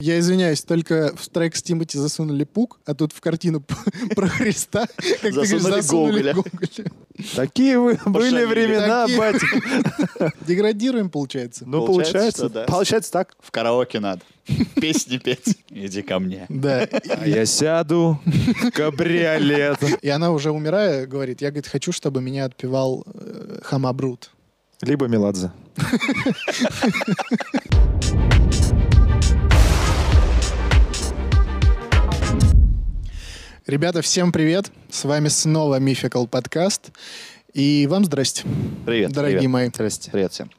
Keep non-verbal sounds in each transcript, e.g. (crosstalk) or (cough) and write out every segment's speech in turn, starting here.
Я извиняюсь, только в трек с Тимати засунули пук, а тут в картину (laughs) про Христа, как ты говоришь, Засунули засунули Гоголя. Гоголя. Такие вы были Пошалили. времена, Такие. батик. Деградируем, получается. Ну, Получается, получается, да. получается так. В караоке надо. Песни петь. Иди ко мне. Да. А я сяду в кабриолет. И она уже умирая говорит, я, говорит, хочу, чтобы меня отпевал э, Хамабрут. Либо Меладзе. Ребята, всем привет. С вами снова Мификал подкаст. И вам здрасте, Привет. дорогие привет. мои. Здрасте. Привет всем.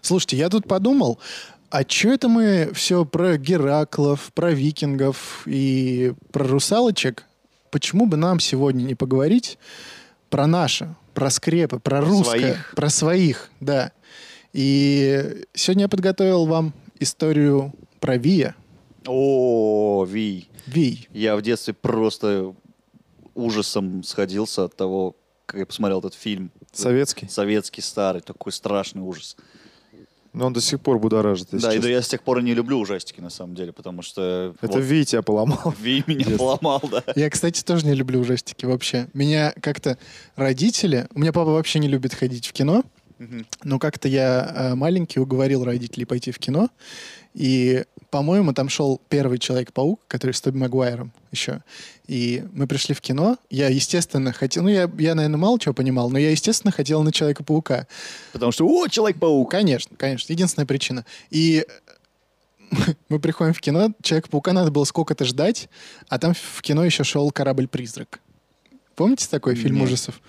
Слушайте, я тут подумал, а чё это мы все про Гераклов, про викингов и про русалочек? Почему бы нам сегодня не поговорить про наше, про скрепы, про русское, своих. про своих, да. И сегодня я подготовил вам историю про Вия. О, Ви. Вий. Я в детстве просто ужасом сходился от того, как я посмотрел этот фильм. Советский. Советский старый, такой страшный ужас. Но он до сих пор будоражит. если да, и честно. да я с тех пор и не люблю ужастики, на самом деле, потому что... Это вот Ви тебя поломал. (laughs) Ви меня Детство. поломал, да. Я, кстати, тоже не люблю ужастики вообще. Меня как-то родители... У меня папа вообще не любит ходить в кино. Но как-то я э, маленький уговорил родителей пойти в кино. И, по-моему, там шел первый Человек-паук, который с Тоби Магуайром еще. И мы пришли в кино. Я, естественно, хотел... Ну, я, я наверное, мало чего понимал, но я, естественно, хотел на Человека-паука. Потому что, о, Человек-паук! А Конечно, конечно. Единственная причина. И э, (laughs) мы приходим в кино, Человека-паука надо было сколько-то ждать, а там в кино еще шел «Корабль-призрак». Помните такой фильм Нет. ужасов?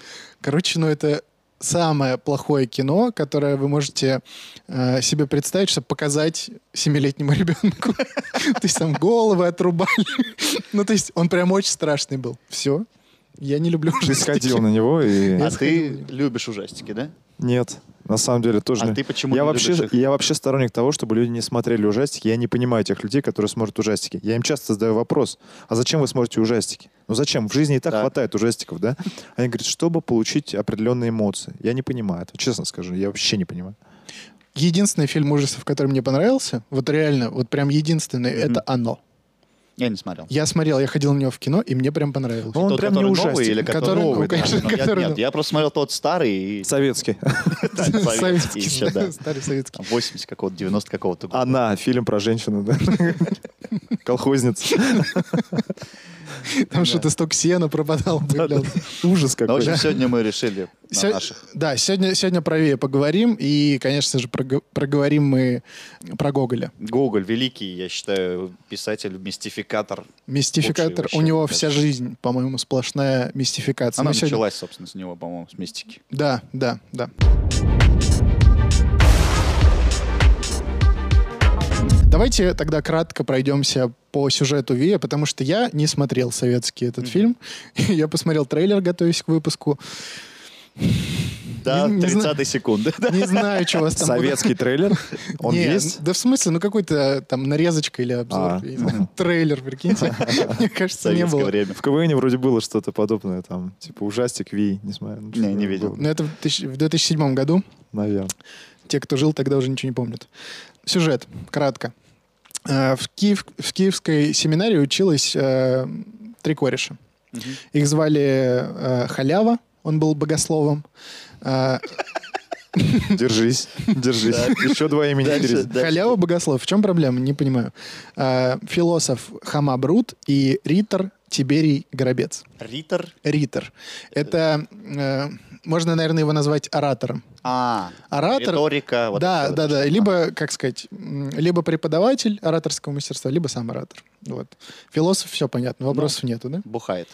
Короче, ну это самое плохое кино, которое вы можете э, себе представить, чтобы показать семилетнему (laughs) ребенку. То есть там головы отрубали. (laughs) Ну, то есть он прям очень страшный был. Все. Я не люблю Ты ужастики. сходил на него и... А Я ты сходил. любишь ужастики, да? Нет, на самом деле тоже А не- ты почему я не вообще, любишь их? я вообще сторонник того, чтобы люди не смотрели ужастики. Я не понимаю тех людей, которые смотрят ужастики. Я им часто задаю вопрос, а зачем вы смотрите ужастики? Ну зачем? В жизни и так, Так. хватает ужастиков, да? Они говорят, чтобы получить определенные эмоции. Я не понимаю это, честно скажу, я вообще не понимаю. Единственный фильм ужасов, который мне понравился, вот реально, вот прям единственный, Мгм. это «Оно». Я не смотрел. Я смотрел, я ходил на него в кино, и мне прям понравилось. (laughs) Ну, он Тот, прям не который ужастик. новый или который... Который, ну, новый, да. конечно, Я- который Нет, новый. я просто смотрел тот старый и... Советский. (laughs) Да, (laughs) советский еще, да. (laughs) Старый советский. Там 80 какого-то, 90 какого-то года. Она, фильм про женщину, да? (laughs) Колхозница. Там что-то сток сена пропадал. появлялся. Ужас Ну, в какой. общем, сегодня мы решили на А, Сё- наших. Да, сегодня, сегодня про Вея поговорим, и, конечно же, прог- проговорим мы про Гоголя. Гоголь великий, я считаю, писатель, мистификатор. Лучший Мистификатор, вообще, у него мне вся кажется. жизнь, по-моему, сплошная мистификация. Она Мы сегодня- началась, собственно, с него, по-моему, с мистики. Да, да, да. Давайте тогда кратко пройдемся по сюжету Вия, потому что я не смотрел советский этот фильм. (laughs) Я посмотрел трейлер, готовясь к выпуску. До не 30 знаю. секунды. (laughs) да. (laughs) Не знаю, чего вас там будут- Советский трейлер. Он Не, есть? Да в смысле, ну какой-то там нарезочка или А. обзор. я не знаю, Трейлер, (laughs) прикиньте. Мне кажется, не Советское было. время. В КВН вроде было что-то подобное, там, типа ужастик Ви, не знаю. ну, Не, не что-то видел. было. Но это в тысяч- в 2007 году. Наверное. Те, кто жил тогда, уже ничего не помнят. Сюжет, кратко. Э, В, Киев, в киевской семинарии училось э, три кореша. Мгм. Их звали э, Халява, он был богословом. Э, Держись, держись. Еще два имени Дальше, впереди. да. Халява богослов. В чем проблема? Не понимаю. Э, философ Хама Брут и Ритор Тиберий Горобец. Ритор. Ритор. Это э, можно, наверное, его назвать оратором. А, Оратор. риторика. вот да, это да, вот. да. Либо, как сказать, м, либо преподаватель ораторского мастерства, либо сам оратор. Вот. Философ, все понятно, Ну, вопросов нету, да? А, Бухает.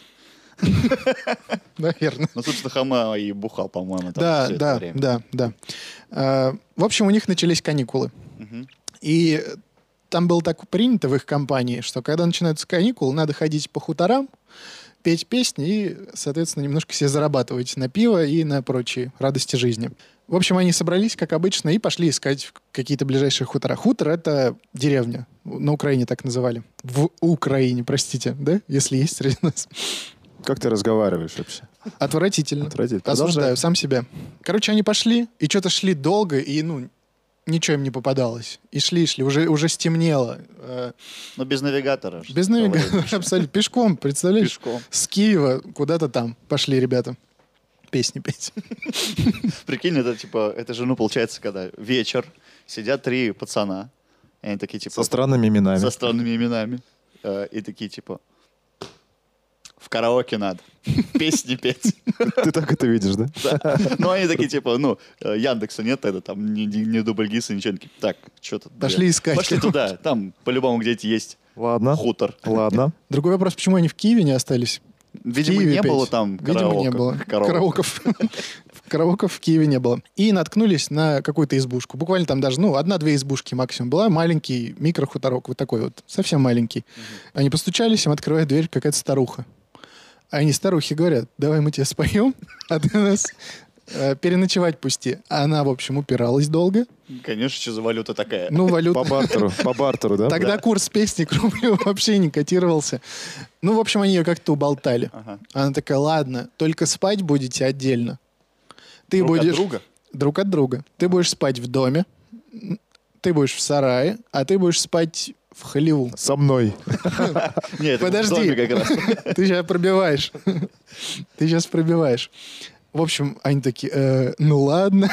Наверное. Ну, собственно, Хама и бухал, по-моему, там Да, всё это да, время. да, да. Э, В общем, у них начались каникулы. Мгм. И э, там было так принято в их компании, что когда начинаются каникулы, надо ходить по хуторам, петь песни и, соответственно, немножко себе зарабатывать на пиво и на прочие радости жизни. В общем, они собрались, как обычно, и пошли искать какие-то ближайшие хутора. Хутор — это деревня. На Украине так называли. В Украине, простите, да? Если есть среди нас. Как ты разговариваешь вообще? Отвратительно. Отвратительно. Осуждаю Продолжай. сам себя. Короче, они пошли, и что-то шли долго, и, ну, ничего им не попадалось. И шли, и шли, уже, уже стемнело. Э, Но Ну, без навигатора. же. Без навигатора, абсолютно. Пешком, представляешь? Пешком. С Киева куда-то там пошли ребята песни петь. Прикинь, это типа, это же, ну, получается, когда вечер, сидят три пацана, и они такие, типа, Со странными именами. со странными именами, э, и такие, типа, в караоке надо, (laughs) песни петь. (laughs) Ты так это видишь, да? Да. Ну, они такие, типа, ну, э, Яндекса нет, это там, ни, ни, ни дубльгиса, ничего. Они такие, Так, что-то... Пошли искать. (laughs) Пошли туда, там, по-любому, где-то есть Ладно. хутор. Ладно. Другой вопрос, почему они в Киеве не остались? Видимо, Киеве не петь. было там Видимо, не караоке. (laughs) было. Караоке. Караоков. Караоков в Киеве не было. И наткнулись на какую-то избушку. Буквально там даже, ну, одна-две избушки максимум была. Маленький микрохуторок, вот такой вот, совсем маленький. Они постучались, им открывает дверь какая-то старуха. А они старухи говорят, давай мы тебе споем, (laughs) а ты нас э, переночевать пусти. А Она, в общем, упиралась долго. Конечно, что за валюта такая? (laughs) Ну, валюта... По бартеру, по бартеру, да? Тогда курс песни к рублю (laughs) вообще не котировался. Ну, в общем, они ее как-то уболтали. Ага. Она такая, ладно, только спать будете отдельно. Ты Друг от будешь... друга? Друг от друга. Ты будешь спать в доме, м, ты будешь в сарае, а ты будешь спать в халеву. Со мной. Нет, Подожди. как раз. Ты сейчас пробиваешь. Ты сейчас пробиваешь. В общем, они такие, «Э, ну ладно,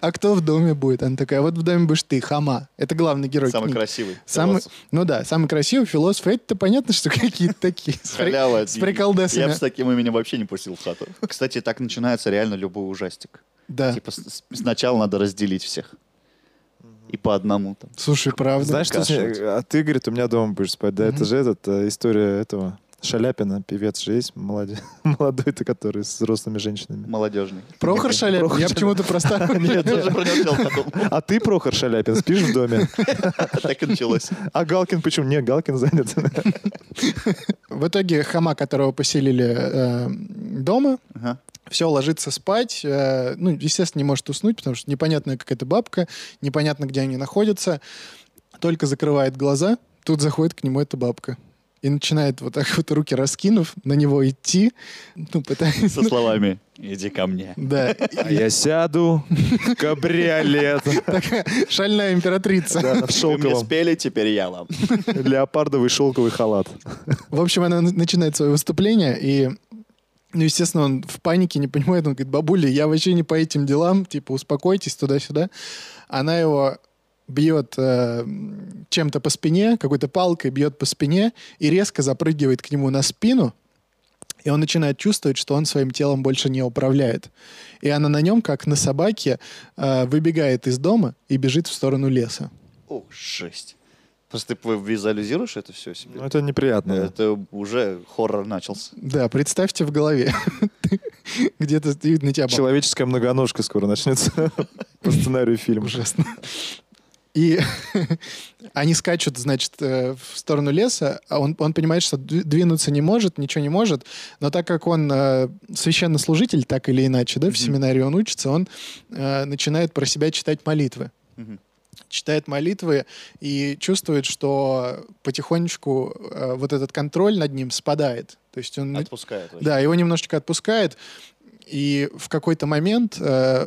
а кто в доме будет? Она такая, вот в доме будешь ты, Хама. Это главный герой Самый книги. красивый. Самый, философ. ну да, самый красивый философ. Это понятно, что какие-то такие. с при- Халява. С приколдесами. Я бы с таким именем вообще не пустил в хату. Кстати, так начинается реально любой ужастик. Да. Типа с- с- сначала надо разделить всех. И по одному там. Слушай, правда. Знаешь, что с ней- кашляют. а ты, говорит, у меня дома будешь спать. Да, это Мгм. же этот, э, история этого. Шаляпина, певец же есть, молоде- (laughs) молодой-то, который с взрослыми женщинами. Молодежный. Прохор Шаляпин. Прохор Я Шаляпин. почему-то про старую. Я тоже про него сначала подумал. А ты, Прохор Шаляпин, спишь в доме? Так и началось. А Галкин почему? Нет, Галкин занят. В итоге Хама, которого поселили э, дома, Ага. все ложится спать. э, ну, естественно, не может уснуть, потому что непонятная какая-то бабка, непонятно, где они находятся. Только закрывает глаза, тут заходит к нему эта бабка. И начинает вот так вот руки раскинув, на него идти. Ну, пытается... Со словами «Иди ко мне». (laughs) Да, А я сяду в кабриолет. такая шальная императрица. Да, в Вы мне шелковом. спели, теперь я вам. Леопардовый шелковый халат. В общем, она на- начинает свое выступление, и, ну, естественно, он в панике не понимает. Он говорит, бабуля, я вообще не по этим делам, типа, успокойтесь туда-сюда. Она его бьет э, м, чем-то по спине, какой-то палкой бьет по спине и резко запрыгивает к нему на спину. И он начинает чувствовать, что он своим телом больше не управляет. И она на нем, как на собаке, э, выбегает из дома и бежит в сторону леса. О, жесть. Просто ты визуализируешь это все себе? Ну, это неприятно. да. Это уже хоррор начался. Да, представьте в голове. (laughs) Ты- Где-то ты- на тебя Человеческая многоножка скоро начнется (laughs) по сценарию фильма. Ужасно. И (laughs) они скачут, значит, э, в сторону леса, а он, он понимает, что дв- двинуться не может, ничего не может, но так как он э, священнослужитель, так или иначе, да, в Мгм. семинарии он учится, он э, начинает про себя читать молитвы. Мгм. Читает молитвы и чувствует, что потихонечку э, вот этот контроль над ним спадает. То есть он... Отпускает. вообще. Да, его немножечко отпускает, и в какой-то момент э,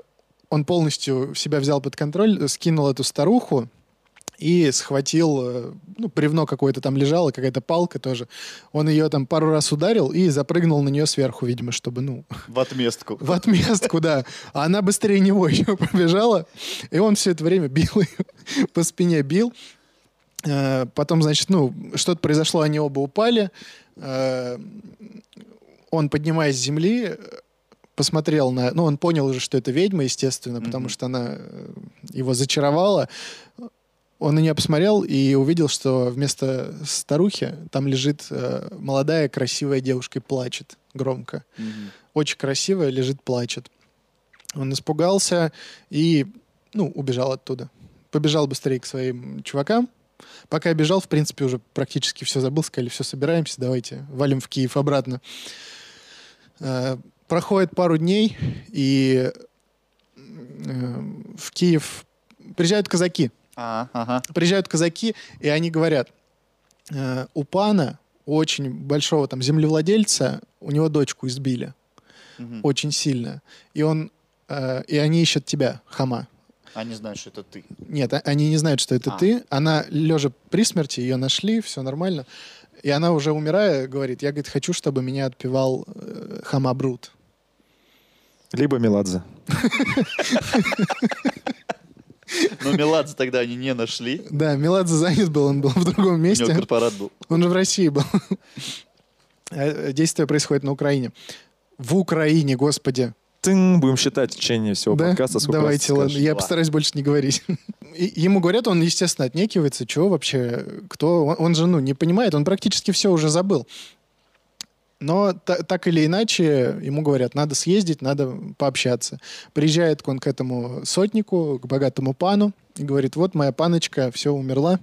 он полностью себя взял под контроль, э, скинул эту старуху и схватил, э, ну, бревно какое-то там лежало, какая-то палка тоже. Он ее там пару раз ударил и запрыгнул на нее сверху, видимо, чтобы, ну, В отместку. в отместку, да. А она быстрее него (laughs) еще побежала, и он все это время бил ее, (laughs) по спине бил. Э, Потом, значит, ну, что-то произошло, они оба упали. Э, Он, поднимаясь с земли, посмотрел на... Ну, он понял уже, что это ведьма, естественно, потому Мгм. что она э, его зачаровала. Он на нее посмотрел и увидел, что вместо старухи там лежит э, молодая красивая девушка и плачет громко Мгм. очень красивая, лежит, плачет. Он испугался и, ну, убежал оттуда. Побежал быстрее к своим чувакам. Пока я бежал, в принципе, уже практически все забыл. Сказали, все, собираемся, давайте валим в Киев обратно. Э, Проходит пару дней, и э, в Киев приезжают казаки. А, ага. Приезжают казаки, и они говорят, э, у пана, у очень большого там землевладельца, у него дочку избили Мгм. очень сильно. И он э, и они ищут тебя, хама. Они знают, что это ты. Нет, а- они не знают, что это А. ты. Она лежа при смерти, ее нашли, все нормально. И она уже умирая говорит, я, говорит, хочу, чтобы меня отпевал э, Хамабрут. Либо Меладзе. Но Меладзе тогда они не нашли. Да, Меладзе занят был, он был в другом У месте. него корпорат был. Он же в России был. Э, Действие происходит на Украине. В Украине, господи. Тын, будем считать в течение всего Да? подкаста. сколько раз Давайте, ты ладно, скажешь. я Ладно. постараюсь больше не говорить. И Ему говорят, он, естественно, отнекивается. Чего вообще? Кто? Он, он же, ну, не понимает, он практически все уже забыл. Но та- так или иначе, ему говорят, надо съездить, надо пообщаться. Приезжает он к этому сотнику, к богатому пану, и говорит, вот моя паночка, все, умерла.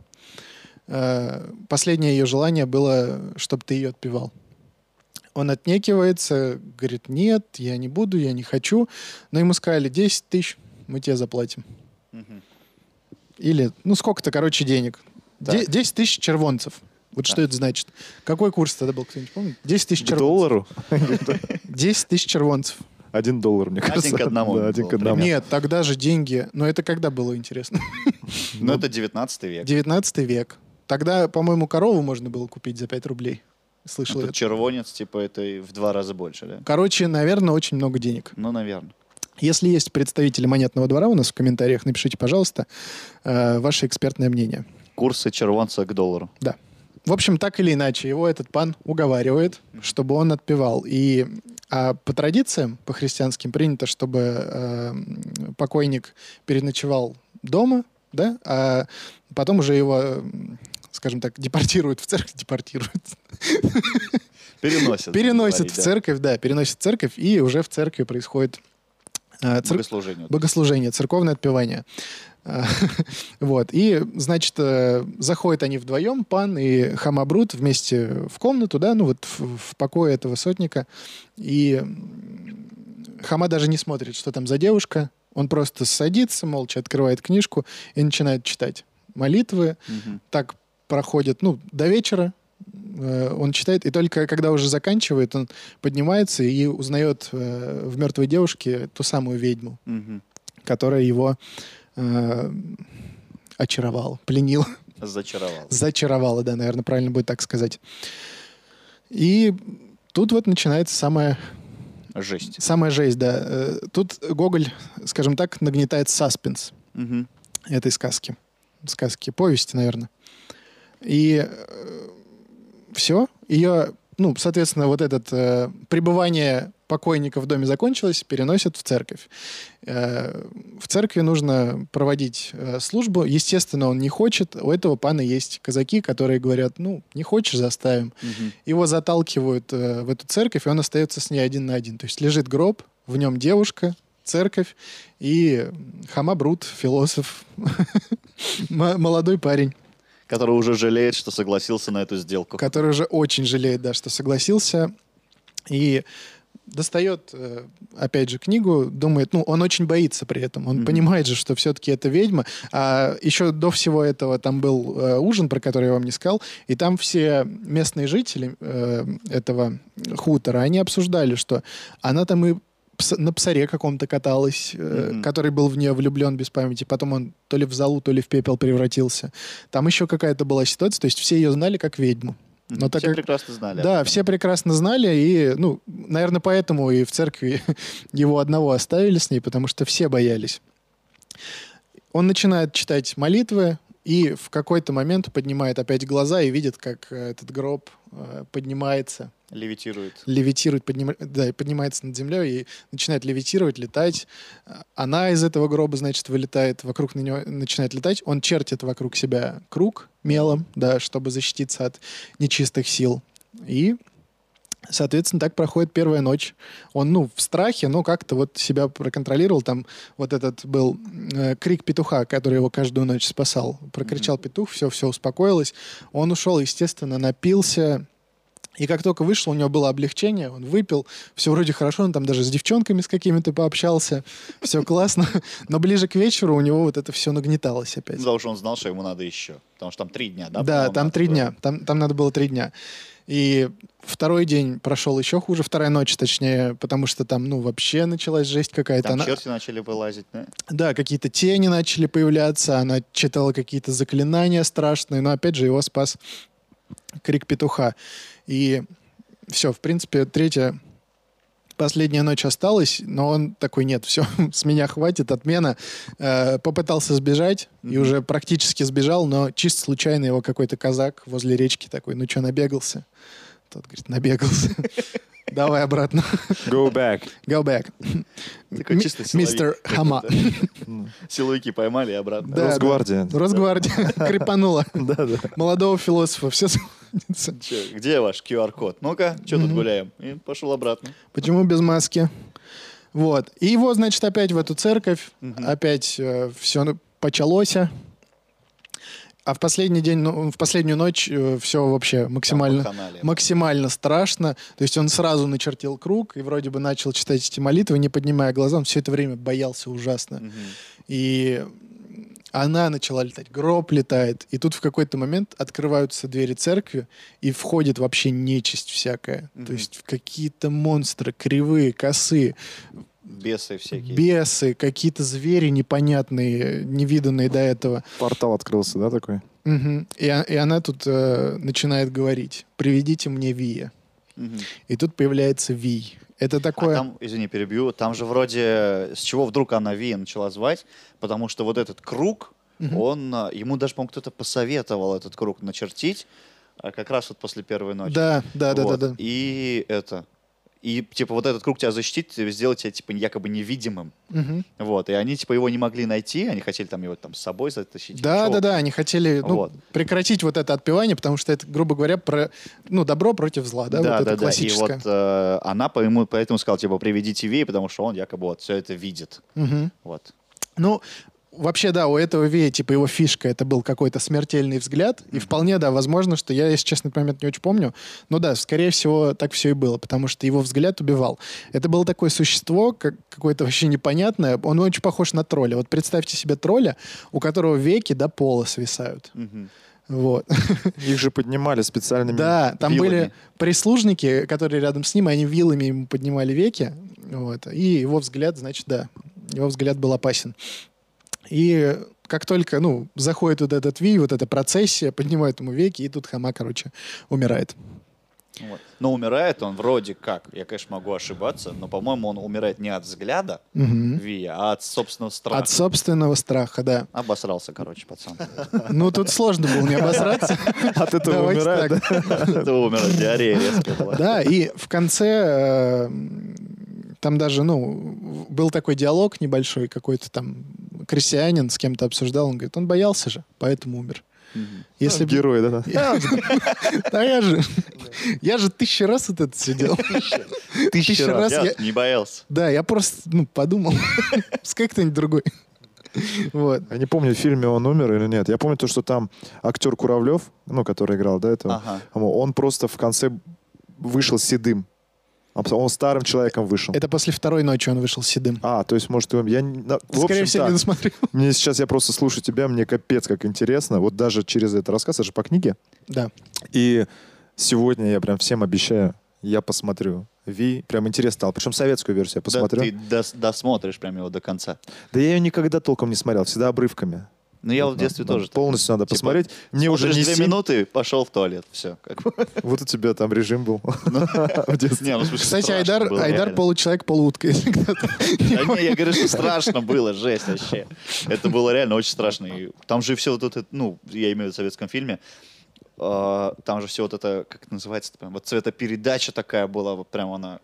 Э, Последнее ее желание было, чтобы ты ее отпевал. Он отнекивается, говорит, нет, я не буду, я не хочу. Но ему сказали, 10 тысяч мы тебе заплатим. Мгм. Или, ну сколько-то, короче, денег. Де- Так. 10 тысяч червонцев. Вот что это значит? Какой курс тогда был, кто-нибудь помнит? 10 тысяч К червонцев. доллару? 10 тысяч червонцев. Один доллар, мне Один кажется. к одному Да, один было к одному. Нет, тогда же деньги... Но это когда было, интересно? Ну, Но Ну, это 19 век. 19 век. Тогда, по-моему, корову можно было купить за 5 рублей. Слышал Тут это. червонец, типа, это и в два раза больше, да? Короче, наверное, очень много денег. Ну, наверное. Если есть представители монетного двора у нас в комментариях, напишите, пожалуйста, э, ваше экспертное мнение. Курсы червонца к доллару. В общем, так или иначе, его этот пан уговаривает, чтобы он отпевал. И а по традициям, по христианским, принято, чтобы э, м, покойник переночевал дома, да, а потом уже его, м, скажем так, депортируют в церковь, депортируют, Переносят. переносят говорить, в да. церковь, да, переносят в церковь, и уже в церкви происходит э, цер- Богослужение. богослужение, церковное отпевание. А, (laughs) Вот. И, значит, э, заходят они вдвоем, пан и Хамабрут вместе в комнату, да, ну вот в, в покое этого сотника. И м, Хама даже не смотрит, что там за девушка. Он просто садится, молча открывает книжку и начинает читать молитвы. Мгм. Так проходит, ну, до вечера. Э, Он читает, и только когда уже заканчивает, он поднимается и узнает э, в мертвой девушке ту самую ведьму Мгм. которая его э, очаровала, пленила, (laughs) Зачаровал. зачаровала, да, наверное, правильно будет так сказать. И тут вот начинается самая, Жесть. самая жесть, да. Э, Тут Гоголь, скажем так, нагнетает саспенс Мгм. этой сказки. Сказки, повести, наверное. И все. Ее, ну, соответственно, вот это пребывание покойника в доме закончилось, переносят в церковь. Э, в церкви нужно проводить э, службу. Естественно, он не хочет. У этого пана есть казаки, которые говорят, ну, не хочешь, заставим. Мгм. Его заталкивают э, в эту церковь, и он остается с ней один на один. То есть лежит гроб, в нем девушка, церковь и Хамабрут, философ, (laughs) М- молодой парень, Который уже жалеет, что согласился на эту сделку. который уже очень жалеет, да, что согласился. И достает, э, опять же, книгу, думает, ну, он очень боится при этом. Он Мгм. понимает же, что все-таки это ведьма. А еще до всего этого там был э, ужин, про который я вам не сказал, и там все местные жители э, этого хутора, они обсуждали, что она там и пс- на псаре каком-то каталась, э, Мгм. который был в нее влюблен без памяти. Потом он то ли в залу, то ли в пепел превратился. Там еще какая-то была ситуация, то есть все ее знали как ведьму. Мгм. но так Все как- прекрасно знали. об Да, этом. все прекрасно знали, и, ну, наверное, поэтому и в церкви (laughs) его одного оставили с ней, потому что все боялись. Он начинает читать молитвы, и в какой-то момент поднимает опять глаза и видит, как э, этот гроб э, поднимается, Левитирует. левитирует, поднима- да, и поднимается над землей и начинает левитировать, летать. А- Она из этого гроба, значит, вылетает, вокруг на него начинает летать. Он чертит вокруг себя круг мелом, да, чтобы защититься от нечистых сил. И, соответственно, так проходит первая ночь. Он, ну, в страхе, но как-то вот себя проконтролировал. Там вот этот был э, крик петуха, который его каждую ночь спасал. Прокричал петух, все-все успокоилось. Он ушел, естественно, напился, и как только вышел, у него было облегчение, он выпил, все вроде хорошо, он там даже с девчонками с какими-то пообщался, все классно, (laughs) но ближе к вечеру у него вот это все нагнеталось опять. Ну, Потому что он знал, что ему надо еще. Потому что там три дня, Да, да? по-моему, там надо три было? дня, там, там надо было три дня. И второй день прошел еще хуже, вторая ночь, точнее, потому что там, ну, вообще началась жесть какая-то. Там Она- черти начали вылазить, да? Да, какие-то тени начали появляться, она читала какие-то заклинания страшные, но опять же его спас крик петуха. И все, в принципе, третья, последняя ночь осталась, но он такой, нет, все, (laughs) с меня хватит, отмена. Э, попытался сбежать и Мгм. уже практически сбежал, но чисто случайно его какой-то казак возле речки такой, ну что, набегался? Тот говорит, набегался. (laughs) Давай обратно. (laughs) Go back. Go back. Такой Ми- чисто силовик Мистер какой-то. Хама. Силовики поймали и обратно. Да, Росгвардия. Росгвардия (laughs) крепанула Да-да. молодого философа. Все сводится. Чё, где ваш QR-код? Ну-ка, что тут Мгм. гуляем? И пошел обратно. Почему без маски? Вот. И его, значит, опять в эту церковь. Мгм. Опять все почалось. А в последний день, ну, в последнюю ночь все вообще Там максимально... бакханалия. Максимально страшно. То есть он сразу начертил круг и вроде бы начал читать эти молитвы, не поднимая глаза. Он все это время боялся ужасно. Мгм. И она начала летать, гроб летает. И тут в какой-то момент открываются двери церкви, и входит вообще нечисть всякая. Мгм. То есть какие-то монстры кривые, косые, Бесы всякие. бесы, какие-то звери непонятные, невиданные до этого. Портал открылся, да, такой? Мгм. И, о- и она тут э, начинает говорить, приведите мне Вия. Мгм. И тут появляется Вий. Это такое... А там, извини, перебью, там же вроде с чего вдруг она Вия начала звать, потому что вот этот круг, Мгм. он, а, ему даже, по-моему, кто-то посоветовал этот круг начертить, а, как раз вот после первой ночи. Да, да, да, Вот. да, да. И это. И, типа, вот этот круг тебя защитит, сделать тебя, типа, якобы невидимым. Мгм. Вот. И они, типа, его не могли найти, они хотели там его там с собой затащить. Да, Чё? да, да, они хотели ну, Вот. прекратить вот это отпевание, потому что это, грубо говоря, про ну, добро против зла, да, вот это И классическое. вот э, она по ему, поэтому сказала, типа, приведите Вей, потому что он якобы вот все это видит. Мгм. Вот. Ну, вообще, да, у этого Вея, типа, его фишка, это был какой-то смертельный взгляд, и вполне, да, возможно, что я, если честно, этот момент не очень помню, но да, скорее всего, так все и было, потому что его взгляд убивал. Это было такое существо, как, какое-то вообще непонятное, он очень похож на тролля. Вот представьте себе тролля, у которого веки до пола свисают. Мгм. Вот. Их же поднимали специальными... Да, там вилами. были прислужники, которые рядом с ним, и они вилами ему поднимали веки. Вот, и его взгляд, значит, да, его взгляд был опасен. И как только, ну, заходит вот этот Ви, вот эта процессия, поднимают ему веки, и тут Хама, короче, умирает. Вот. Но умирает он вроде как, я, конечно, могу ошибаться, но, по-моему, он умирает не от взгляда Мгм. Вия, а от собственного страха. От собственного страха, да. Обосрался, короче, пацан. Ну, тут сложно было не обосраться. (laughs) От этого Давайте умирает, так. От этого умирает диарея резкая была. Да, и в конце э, м, там даже, ну, был такой диалог небольшой, какой-то там крестьянин с кем-то обсуждал, он говорит, он боялся же, поэтому умер. Мгм. Если Если бы... герой, да. Я- Да я же... Я же тысячи раз вот это все делал. Тысячи раз Я я- не боялся. Да, я просто, ну, подумал. Пускай кто-нибудь другой. Вот. Я не помню, в фильме он умер или нет. Я помню то, что там актер Куравлев, ну, который играл, да, этого, Ага. он просто в конце вышел седым. Абсо- Он старым человеком вышел. Это после второй ночи он вышел седым. А, то есть, может, его- я... не- на- в Скорее общем, всего, так. не досмотрел. Мне сейчас, я просто слушаю тебя, мне капец как интересно. Вот даже через этот рассказ, это же по книге. Да. И сегодня я прям всем обещаю, я посмотрю. Ви, прям интересно стало. Причем советскую версию я Да, посмотрю. Ты Да, дос- досмотришь прям его до конца. я ее никогда толком не смотрел, всегда обрывками. Ну, я Вот вот в детстве надо- тоже. так. Полностью надо Типа, посмотреть. Мне уже не Смотришь две семь. минуты, пошел в туалет. Все. Вот у тебя там режим был. В детстве. ну, Кстати, Айдар, Айдар получеловек полуутка. если кто-то не Да не, я говорю, что страшно было, жесть вообще. Это было реально очень страшно. И там же все вот это, ну, я имею в виду в советском фильме, а, там же все вот это, как это называется, прям вот цветопередача такая была, вот прям она,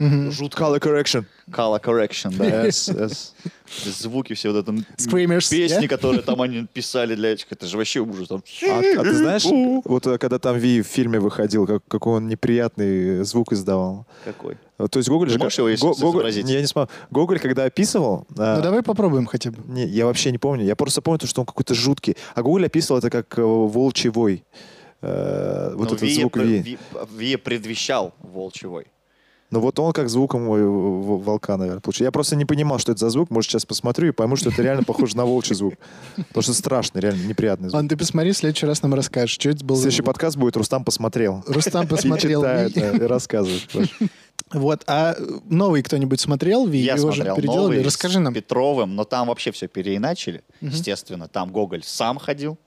Мгм. жутко Color correction. color correction, (laughs) да. Yes, yes. Звуки все вот это. м, Screamers, Песни, yeah? которые там они писали для этих, это же вообще ужас. Там. А, а ты знаешь, вот э, когда там Ви в фильме выходил, как, какой он неприятный звук издавал. Какой? Э, То есть Гоголь же... Можешь его Го- если Гоголь, изобразить? не, я не смог. Гоголь, когда описывал... э, Ну, давай попробуем хотя бы. не, я вообще не помню. Я просто помню, то, что он какой-то жуткий. А Гоголь описывал это как э, волчий вой. Э, вот Ну, этот Вия звук пр- Ви. Ви- Вия предвещал волчевой. Но Ну, вот он как звуком э, в- волка, наверное, получил. Я просто не понимал, что это за звук. Может, сейчас посмотрю и пойму, что это реально похоже на волчий звук. Потому что страшный, реально неприятный звук. Ладно, ты посмотри, в следующий раз нам расскажешь, что это был за Следующий звук. подкаст будет «Рустам посмотрел». Рустам И посмотрел читает, Ви. да, и рассказывает. Вот, а э, новый кто-нибудь смотрел Ви? Я Его смотрел же переделали. новый Расскажи с нам. Петровым, но там вообще все переиначили, естественно. Там Гоголь сам ходил.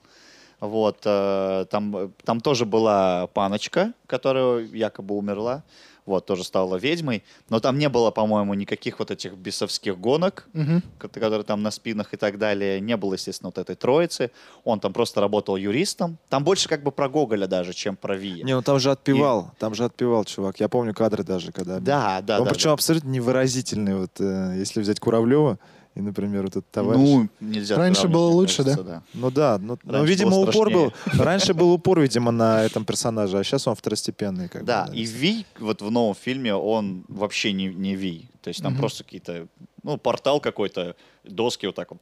Вот, э, там, э, там тоже была паночка, которая якобы умерла. Вот, тоже стала ведьмой. Но там не было, по-моему, никаких вот этих бесовских гонок, Мгм. ко- которые там на спинах и так далее. Не было, естественно, вот этой троицы. Он там просто работал юристом. Там больше как бы про Гоголя даже, чем про Вия. Не, он там же отпевал, там же отпевал, чувак. Я помню кадры даже, когда... Да, да, он да. причем да. абсолютно невыразительный, вот, э, если взять Куравлева и, например, вот этот товарищ. Ну, нельзя Раньше сравнивать, было мне лучше, кажется, да? Ну да, ну, ну, Раньше видимо, было упор страшнее. был. Раньше был упор, видимо, на этом персонаже, а сейчас он второстепенный. Как Да, бы, и Ви вот в новом фильме, он вообще не, не Ви. То есть там Мгм. просто какие-то, ну, портал какой-то, доски вот так вот,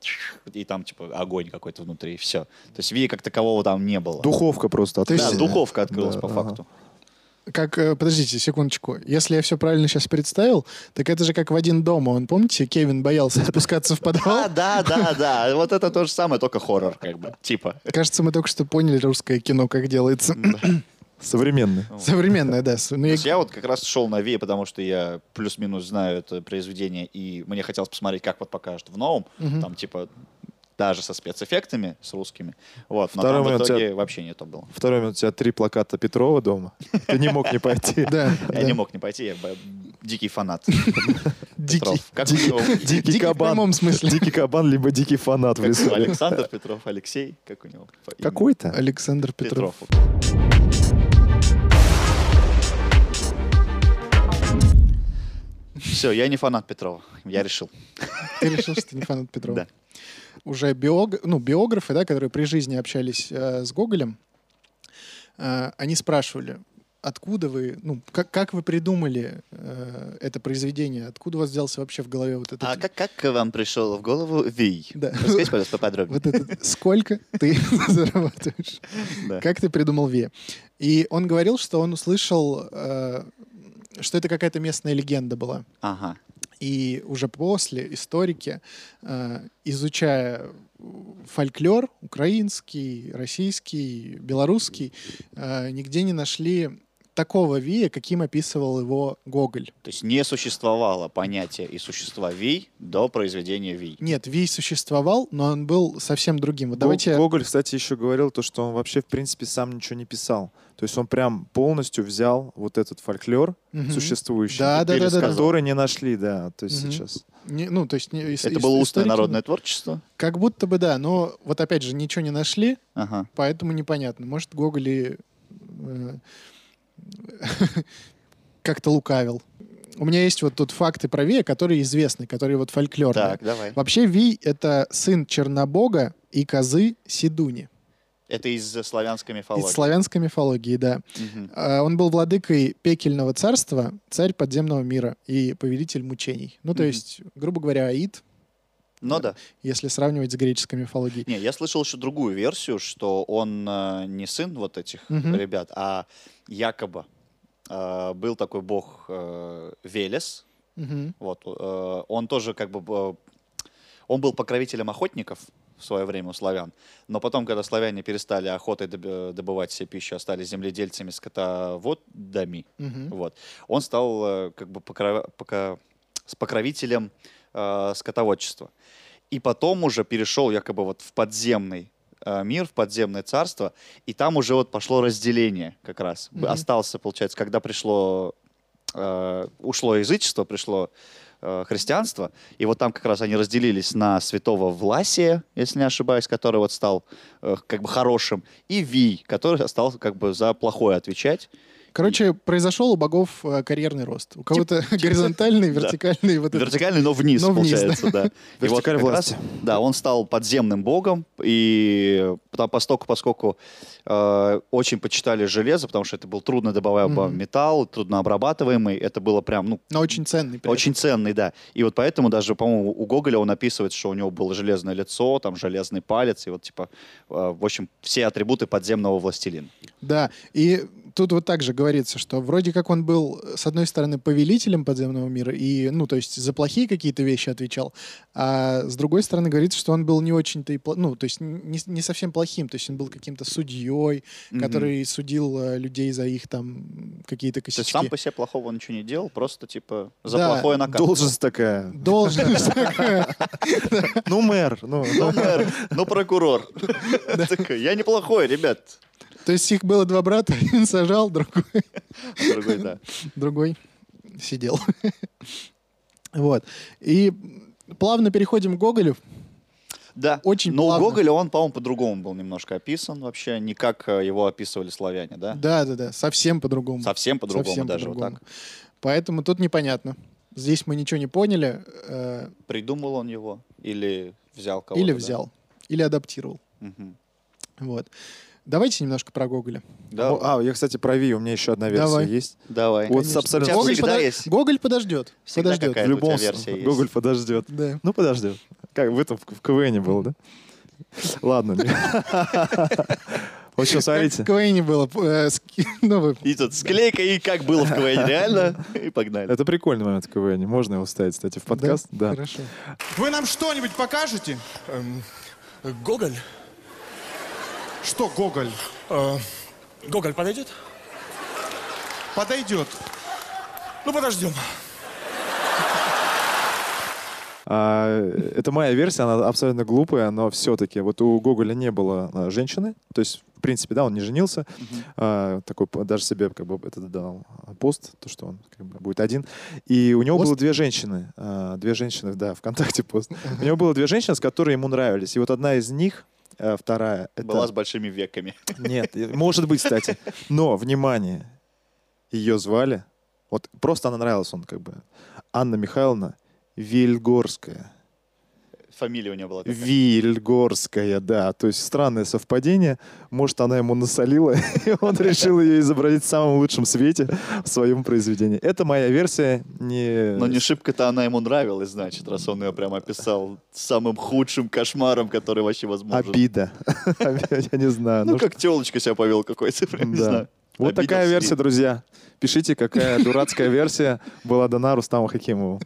и там типа огонь какой-то внутри, и все. То есть Ви как такового там не было. Духовка просто То есть- Да, открылась. духовка открылась Да, по ага. факту. Как, э, подождите секундочку, если я все правильно сейчас представил, так это же как в один дома, он, помните, Кевин боялся спускаться в Да, подвал? А, да, да, да. Вот это то же самое, только хоррор, как бы, типа. Кажется, мы только что поняли русское кино, как делается. Современный. Ну. Современное, да. с- ну, То я- есть я вот как раз шел на Ви, потому что я плюс-минус знаю это произведение, и мне хотелось посмотреть, как вот покажут в новом, Мгм. там типа даже со спецэффектами, с русскими. Вот, но Второй там в момент, у тебя- итоге вообще не то было. Второй момент, у тебя три плаката Петрова дома. Ты не мог не пойти. Да, да. Я не мог не пойти, я б- дикий фанат. Дикий. Петров. Как у него? Дикий Дикий в кабан. прямом смысле. Дикий кабан, либо дикий фанат (laughs) в Как лесу. его? Александр Петров, Алексей, как у него? по имени? Какой-то. Александр Петров. Петров. Все, я не фанат Петрова, я решил. Ты решил, что ты не фанат Петрова? Да. Уже биог- ну, биографы, да, которые при жизни общались э, с Гоголем, э, они спрашивали, откуда вы, ну, как, как вы придумали э, это произведение, откуда у вас взялся вообще в голове вот этот... А как, как вам пришел в голову Вий? Да. Расскажите, пожалуйста, поподробнее. (laughs) Вот этот, сколько ты (laughs) зарабатываешь? Да. Как ты придумал Ви? И он говорил, что он услышал, э, что это какая-то местная легенда была. Ага. И уже после историки, э, изучая фольклор украинский, российский, белорусский, э, нигде не нашли такого Вия, каким описывал его Гоголь. То есть не существовало понятия и существа Вий до произведения Вий. Нет, Вий существовал, но он был совсем другим. Вот Гог- давайте... Гоголь, кстати, еще говорил то, что он вообще, в принципе, сам ничего не писал. То есть он прям полностью взял вот этот фольклор Мгм. существующий, Да, да, да, да, да. который не нашли, да, то есть Мгм. сейчас. Не- ну, то есть... не- ис- ис- Это было устное историки- народное творчество? Как будто бы да, но вот опять же ничего не нашли, Ага. поэтому непонятно. Может, Гоголь и э, (laughs) как-то лукавил. У меня есть вот тут факты про Вия, которые известны, которые вот фольклорные. Так, давай. Вообще Вий — это сын Чернобога и козы Сидуни. Это из э, славянской мифологии. Из славянской мифологии, да. Мгм. А, Он был владыкой пекельного царства, царь подземного мира и повелитель мучений. Ну, то Мгм. есть, грубо говоря, Аид, Ну да. если сравнивать с греческой мифологией. Не, я слышал еще другую версию, что он э, не сын вот этих Мгм. ребят, а якобы э, был такой бог э, Велес. Мгм. Вот, э, он тоже как бы б- он был покровителем охотников в свое время у славян, но потом, когда славяне перестали охотой доб- добывать себе пищу, а стали земледельцами, скотоводами, Мгм. вот. Он стал э, как бы покро- пока- с покровителем э, скотоводчества. И потом уже перешел якобы вот в подземный э, мир, в подземное царство, и там уже вот пошло разделение как раз. Б- Мгм. Остался, получается, когда пришло, э, ушло язычество, пришло э, христианство, и вот там как раз они разделились на святого Власия, если не ошибаюсь, который вот стал э, как бы хорошим, и Вий, который (laughs) стал как бы за плохое отвечать. Короче, произошел у богов э, карьерный рост. У кого-то (laughs) горизонтальный, Типа, (laughs) да. вертикальный, вот этот. Вертикальный, но вниз, Но вниз, получается, да. И вот Вертикаль как власти. раз, Да, он стал подземным богом, и потом, поскольку, поскольку э, очень почитали железо, потому что это был трудно добываемый Мгм. металл, трудно обрабатываемый, это было прям, ну, Но очень ценный. при очень ценный, да. И вот поэтому даже, по-моему, у Гоголя он описывает, что у него было железное лицо, там железный палец, и вот типа, э, в общем, все атрибуты подземного властелина. этом. Да. И тут вот так же говорится, что вроде как он был, с одной стороны, повелителем подземного мира, и, ну, то есть за плохие какие-то вещи отвечал, а с другой стороны говорится, что он был не очень-то, и, пла- ну, то есть не, не совсем плохим, то есть он был каким-то судьей, Мгм. который судил э, людей за их там какие-то То есть косячки. сам по себе плохого он ничего не делал, просто типа за Да, плохое наказывал. Должность такая. Должность (laughs) такая. Ну, мэр. Ну, Ну, мэр, ну, прокурор. Такой, Я неплохой, ребят. То есть их было два брата, (laughs) один сажал, другой А Другой, да. другой сидел. Вот. И плавно переходим к Гоголю. Да. Очень Но плавно. у Гоголя он, по-моему, по-другому был немножко описан вообще, не как э, его описывали славяне, да? Да, да, да, совсем по-другому. Совсем по-другому Совсем даже по-другому. вот так. Поэтому тут непонятно. Здесь мы ничего не поняли. э, Придумал он его или взял кого-то? или да? взял, или адаптировал. Мгм. Вот. Давайте немножко про Гоголя. Да. А, я, кстати, про Ви, у меня еще одна версия Давай. есть. Давай. Вот Конечно. абсолютно- У тебя Гоголь, всегда подо- есть. Гоголь подождет. Всегда подождет. какая-то в любом у тебя версия есть. Гоголь подождет. Да. Ну, подождет. Как в этом в КВНе было, да? (laughs) Ладно. не- Вот что, смотрите. Как в Квейне было. э, с- (laughs) ну, (laughs) вы- И тут склейка, и как было в КВН, реально, и погнали. Это прикольный момент в КВНе. Можно его вставить, кстати, в подкаст. Да. Хорошо. Вы нам что-нибудь покажете? Эм, Гоголь? Что, Гоголь? Э, Гоголь подойдет? Подойдет. Ну, подождем. А, это моя версия, она абсолютно глупая, но все-таки вот у Гоголя не было а, женщины, то есть в принципе, да, он не женился, А, такой по- даже себе как бы это дал пост, то что он как бы будет один, и у него Пост? было две женщины, а, две женщины, да, ВКонтакте пост, у него было две женщины, с которыми ему нравились, и вот одна из них а, Вторая. Это... Была с большими веками. Нет, и- может быть, кстати. Но, внимание, ее звали, вот просто она нравилась, он как бы, Анна Михайловна Вильгорская. Фамилия у него была такая. Вильгорская, да. То есть странное совпадение. Может, она ему насолила, (laughs) и он решил ее изобразить в самом лучшем свете в своем произведении. Это моя версия. Не... Но Ну, не шибко-то она ему нравилась, значит, раз он ее прям описал самым худшим кошмаром, который вообще возможен. А Обида. (laughs) Я не знаю. Ну, ну как телочка себя повел какой-то, (laughs) прям не Да. знаю. Вот Обиделся такая версия, и- друзья. (laughs) Пишите, какая дурацкая версия была дана Рустаму Хакимову.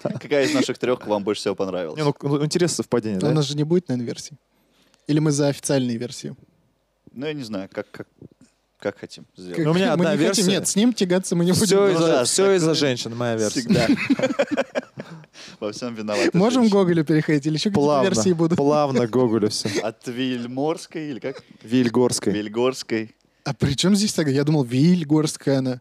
Какая из наших трех вам больше всего понравилась? Не, ну, ну, интересно совпадение, У да? нас же не будет, наверное, версии. Или мы за официальные версии? Ну, я не знаю, как, как, как хотим сделать. Ну, у меня Мы одна не хотим- версия. Нет, с ним тягаться мы не будем. Все Ну да, из-за, всё так, из-за женщин, моя версия. Всегда. Во всем виноваты. (laughs) Можем к женщины. Гоголю переходить или еще какие-то Плавно, версии будут? плавно Гоголю все. От Вильморской (laughs) или как? Вильгорской. Вильгорской. А при чем здесь так? Я думал, Вильгорская она.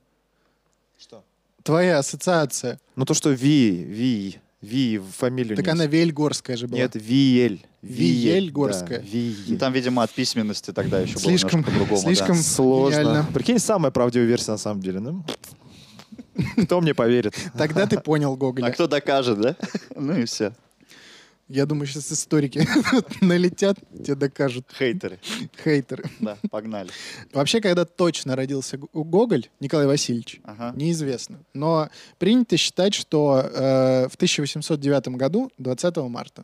Что? Твоя ассоциация. Ну то, что Ви, Ви, Ви, фамилию Так не- она Вельгорская же была. Нет, Виель. Виельгорская. Да, Виель. Ну, Там, видимо, от письменности тогда еще было Слишком- немножко по-другому. да. А слишком- Сложно. Гениально. Прикинь, самая правдивая версия на самом деле. Ну, кто мне поверит? Тогда ты понял (laughs) А Гоголя. кто докажет, да? Ну и все. Я думаю, сейчас историки (laughs) налетят, тебе докажут Хейтеры. хейтеры. Да, погнали. Вообще, когда точно родился Г- Гоголь, Николай Васильевич, Ага. неизвестно. Но принято считать, что э, в 1809 году, 20 марта.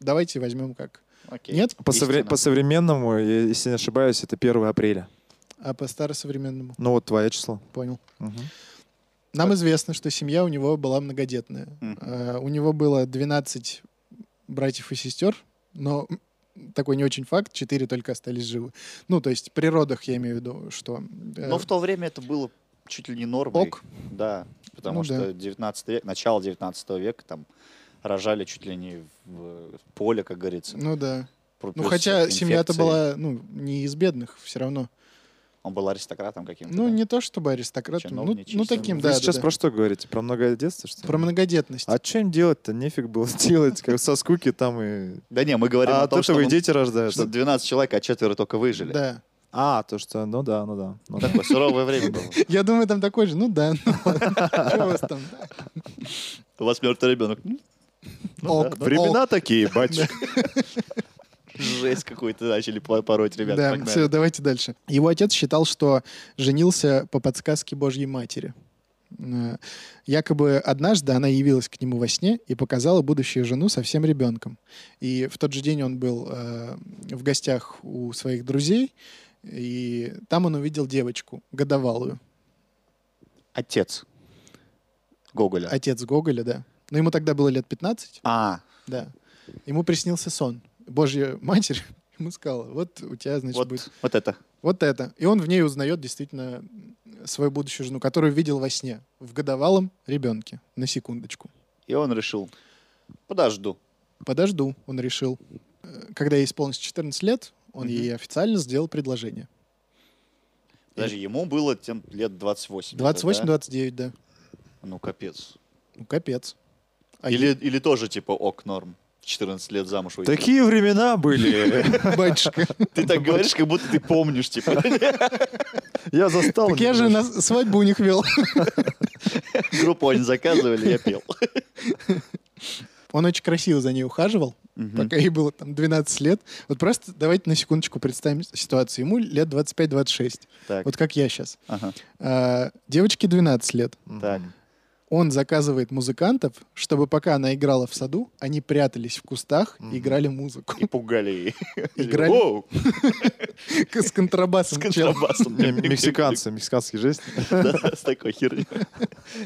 Давайте возьмем как. Окей. Нет? По, совре- Истина. по современному, е- если не ошибаюсь, это 1 апреля. А по старосовременному. Ну вот твое число. Понял. Мгм. Нам известно, что семья у него была многодетная. Э, Мгм. Э, У него было 12 братьев и сестер, но м, такой не очень факт, 4 только остались живы. Ну, то есть при родах я имею в виду, что... э, Но Ну, в то время это было чуть ли не нормой. Ок. Да, потому Ну что да. 19 век, начало 19 века там рожали чуть ли не в в поле, как говорится. Ну да. Про- Ну плюс хотя инфекции. семья-то была, ну, не из бедных все равно. Он был аристократом каким-то. Ну, да? не то чтобы аристократом, ну, ну Чиновничеством. таким, Вы да. да, сейчас да. про что говорите? Про многодетство, что ли? Про многодетность. А что им делать-то? Нефиг было (laughs) делать, как со скуки там и... Да не, мы говорим о а от том, что, этого и он- дети рождаются. что 12 человек, а четверо только выжили. Да. А, то, что... Ну да, ну да. ну да. Такое суровое время (laughs) было. Я думаю, там такой же, ну да. ну (laughs) ладно, чё у вас там? У вас мертвый ребенок. Ну, Ок, ок. (laughs) Времена такие, батюшка. Жесть какую-то начали по- пороть, ребята. Да, погнали. все, давайте дальше. Его отец считал, что женился по подсказке Божьей Матери. Э, Якобы однажды она явилась к нему во сне и показала будущую жену со всем ребенком. И в тот же день он был э, в гостях у своих друзей, И там он увидел девочку, годовалую, Отец Гоголя. отец Гоголя, да. Но ему тогда было лет 15, А, да. Ему приснился сон. Божья Матерь (laughs) ему сказала, вот у тебя, значит, вот, будет вот это. Вот это. И он в ней узнает действительно свою будущую жену, которую видел во сне, в годовалом ребенке, на секундочку. И он решил, подожду. Подожду, он решил. Э, Когда ей исполнится 14 лет, он Мгм. ей официально сделал предложение. Даже ему было тем лет 28. это, 28-29, да. да? Ну, капец. Ну, капец. А или, или тоже, типа, ок, норм. В 14 лет замуж выйти. Такие времена были. ей- батюшка. (laughs) (laughs) Ты так говоришь, как будто ты помнишь, типа. (laughs) Я застал. Так я же на свадьбу у них вел. (laughs) Группу они заказывали, я пел. Он очень красиво за ней ухаживал, пока ей было там 12 лет. Вот просто давайте на секундочку представим ситуацию. Ему лет 25-26. Так. Вот как я сейчас. Ага. Девочке 12 лет. Так. Он заказывает музыкантов, чтобы пока она играла в саду, они прятались в кустах и играли музыку. (laughs) И пугали ее. Играли. Воу, С контрабасом. с чел. контрабасом. Мексиканцы, мексиканские жизни. (laughs) Да, с такой херней.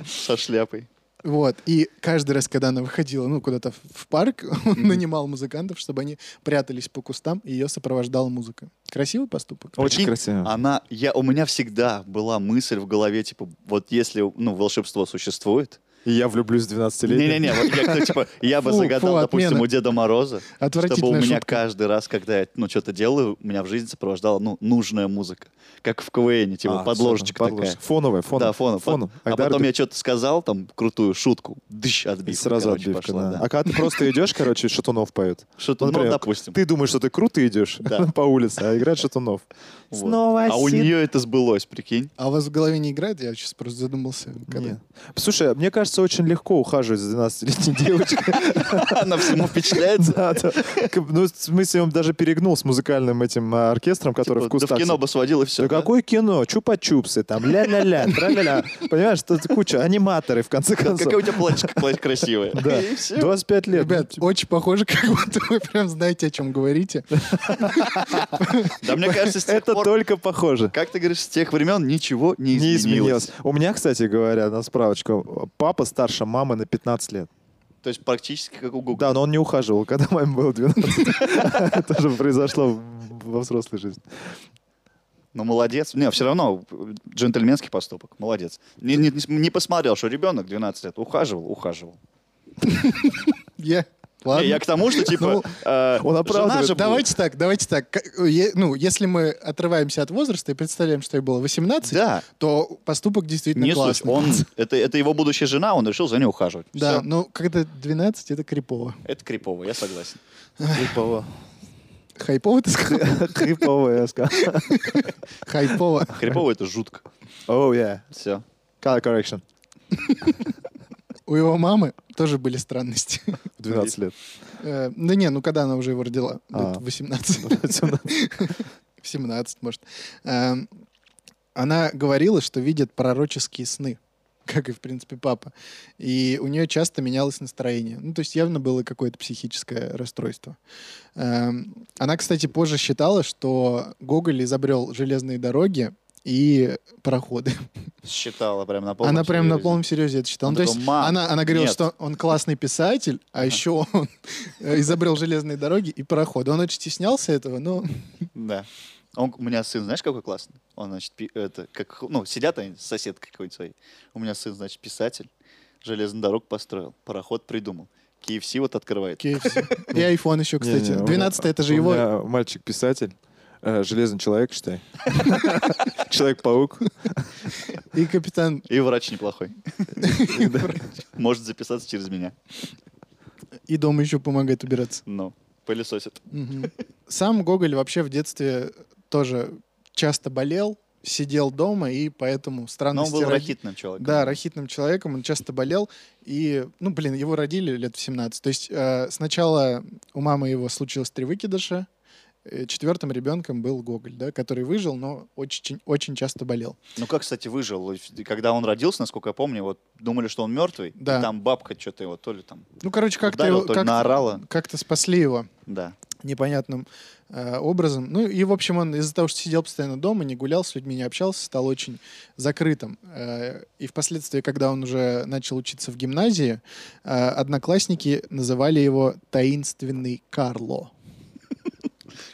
Со шляпой. Вот. И каждый раз, когда она выходила, ну, куда-то в- в парк, (laughs) он нанимал музыкантов, чтобы они прятались по кустам, и ее сопровождала музыка. Красивый поступок. Очень Прикинь, красиво. Она, я, у меня всегда была мысль в голове, типа, вот если, ну, волшебство существует. И я влюблюсь в А, 12 лет. Не-не-не, вот я, кто, типа, я бы Фу, загадал, фу, допустим, отмена. у Деда Мороза, чтобы у Отвратительная меня шутка. каждый раз, когда я, ну, что-то делаю, у меня в жизни сопровождала, ну, нужная музыка. Как в КВН, типа, подложечка такая. Фоновая, фоновая. Да, фоном. А, Фоном. А Айдар, потом ты- я что-то сказал, там, крутую шутку, дыщ, И отбивка. сразу короче, отбивка, пошла, да. да. А когда ты просто идешь, короче, Шатунов поет. Шатунов, допустим. Ты думаешь, что ты круто идешь Да. (laughs) по улице, а играет Шатунов. Вот. Снова А у сидит. нее это сбылось, прикинь. (laughs) А у вас в голове не играет? Я сейчас просто задумался. когда- Нет. Слушай, мне кажется, очень легко ухаживать за 12-летней (laughs) девочкой. Она всему (laughs) впечатляется. Да, да. К- Ну, в смысле, он даже перегнул с музыкальным этим а, оркестром, который Типа, в кустах. Да в кино бы сводил и все. Да какое кино? Чупа-чупсы, там ля-ля-ля, тра-ля-ля. Понимаешь, тут куча аниматоры, в конце Какая концов. у тебя платье, платье красивое. (laughs) Да. И всё. 25 лет. Ребят, очень похоже, (laughs) как будто вы прям знаете, о чем говорите. Да мне кажется, с тех Это пор- только похоже. Как ты говоришь, с тех времен ничего не Не изменилось. изменилось. У меня, кстати говоря, на справочку, папа старше мамы на 15 лет. То есть практически как у Гугла. Да, но он не ухаживал, когда маме было 12. (laughs) Это же произошло в- во взрослой жизни. Но молодец. Не, все равно джентльменский поступок. Молодец. Не, не- не посмотрел, что ребенок 12 лет ухаживал, ухаживал. Я... Не, Ладно. я к тому, что типа э, он жена оправдывает. ну. же была. Ну, Давайте так, давайте так. К- е- Ну, если мы отрываемся от возраста и представляем, что ей было 18, Да. то поступок действительно Не слушай, классный. он, это, это его будущая жена, он решил за ней ухаживать. Да, Всё. но когда 12, это крипово. Это крипово, я согласен. Хрипово. Хайпово ты сказал? Хрипово, я сказал. Хайпово. Крипово это жутко. Оу, я. Все. Oh, Color correction. У его мамы тоже были странности. В 12 лет. Э, Да не, ну когда она уже его родила? Лет А. в 18. Семнадцать. (laughs) В 17, может. Эм, Она говорила, что видит пророческие сны, как и, в принципе, папа. И у нее часто менялось настроение. Ну, то есть явно было какое-то психическое расстройство. Эм, Она, кстати, позже считала, что Гоголь изобрел железные дороги и пароходы. Считала прям на полном Она прям на серьезе. полном серьезе это считала. Он Ну, то такой, есть «Мам, она, она говорила, нет». что он классный писатель, а еще он э, изобрел железные дороги и пароходы. Он очень стеснялся этого, но Да. Он, у меня сын, знаешь, какой классный? Он, значит, пи- это, как, ну, сидят они с соседкой какой-нибудь своей. У меня сын, значит, писатель, железную дорогу построил, пароход придумал. KFC вот (laughs) открывает. KFC. И iPhone еще, кстати. Не-не, у меня- 12 это же у его. меня Мальчик-писатель. э, Железный человек, (laughs) считай. Человек-паук. И капитан. И врач неплохой. (laughs) Может записаться через меня. И дома еще помогает убираться. Ну, пылесосит. Мгм. Сам Гоголь вообще в детстве тоже часто болел, сидел дома, и поэтому Но он странности... был роди- ракитным человеком. Да, рахитным человеком, он часто болел. И, ну, блин, его родили лет в 17. То есть э, сначала у мамы его случилось три выкидыша, э, четвертым ребенком был Гоголь, да, который выжил, но очень, очень часто болел. Ну, как, кстати, выжил? И Когда он родился, насколько я помню, вот думали, что он мертвый. Да. И там бабка что-то его то ли там Ну, короче, как-то ударила, его- то ли как-то- наорала. как-то спасли его. Да. непонятным э, образом. Ну и, в общем, он из-за того, что сидел постоянно дома, не гулял с людьми, не общался, стал очень закрытым. Э, и впоследствии, когда он уже начал учиться в гимназии, э, одноклассники называли его «таинственный Карло».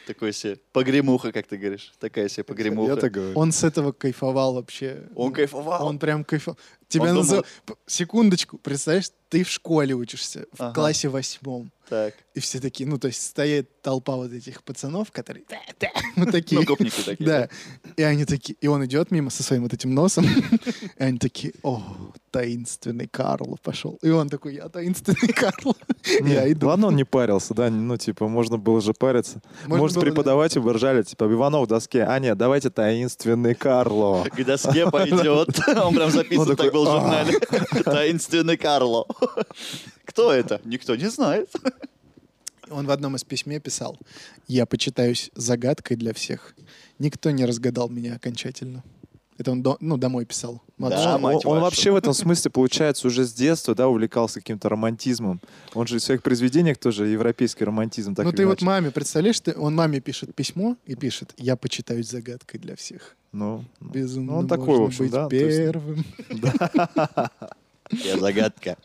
Такой себе погремуха, как ты говоришь. Такая себе погремуха. Я так говорю. Он с этого кайфовал вообще. Он кайфовал. Он прям кайфовал. Тебя думал- назов- П- Секундочку, представляешь, ты в школе учишься, в Ага. классе восьмом. Так. И все такие, ну, то есть стоит толпа вот этих пацанов, (laughs) которые... «Да-да», Вот такие. Ну, гопники такие. Да. И они такие, и он идет мимо со своим вот этим носом, (laughs) и они такие, о, таинственный Карл пошел. И он такой, я таинственный (laughs) Карл. Не, Я иду. Ладно, он не парился, да, ну, типа, можно было же париться. Можно Может, было, да. преподаватель бы ржали, типа, Иванов в доске, а нет, давайте таинственный Карло. К (laughs) доске пойдет. Он прям Он записан, такой, так был в «А». журнале. Таинственный Карло. (laughs) Кто это? Никто не знает. Он в одном из письме писал, я почитаюсь загадкой для всех. Никто не разгадал меня окончательно. Это он, до- ну, домой писал. Младший. Да, Он- мать он, вашу. вообще в этом смысле, получается, уже с детства, да, увлекался каким-то романтизмом. Он же в своих произведениях тоже европейский романтизм. Так ну, или ты вот иначе. маме, представляешь, ты, он маме пишет письмо и пишет, я почитаюсь загадкой для всех. Ну, Безумно Ну, он такой, можно в общем, быть да, то есть- первым. Я загадка.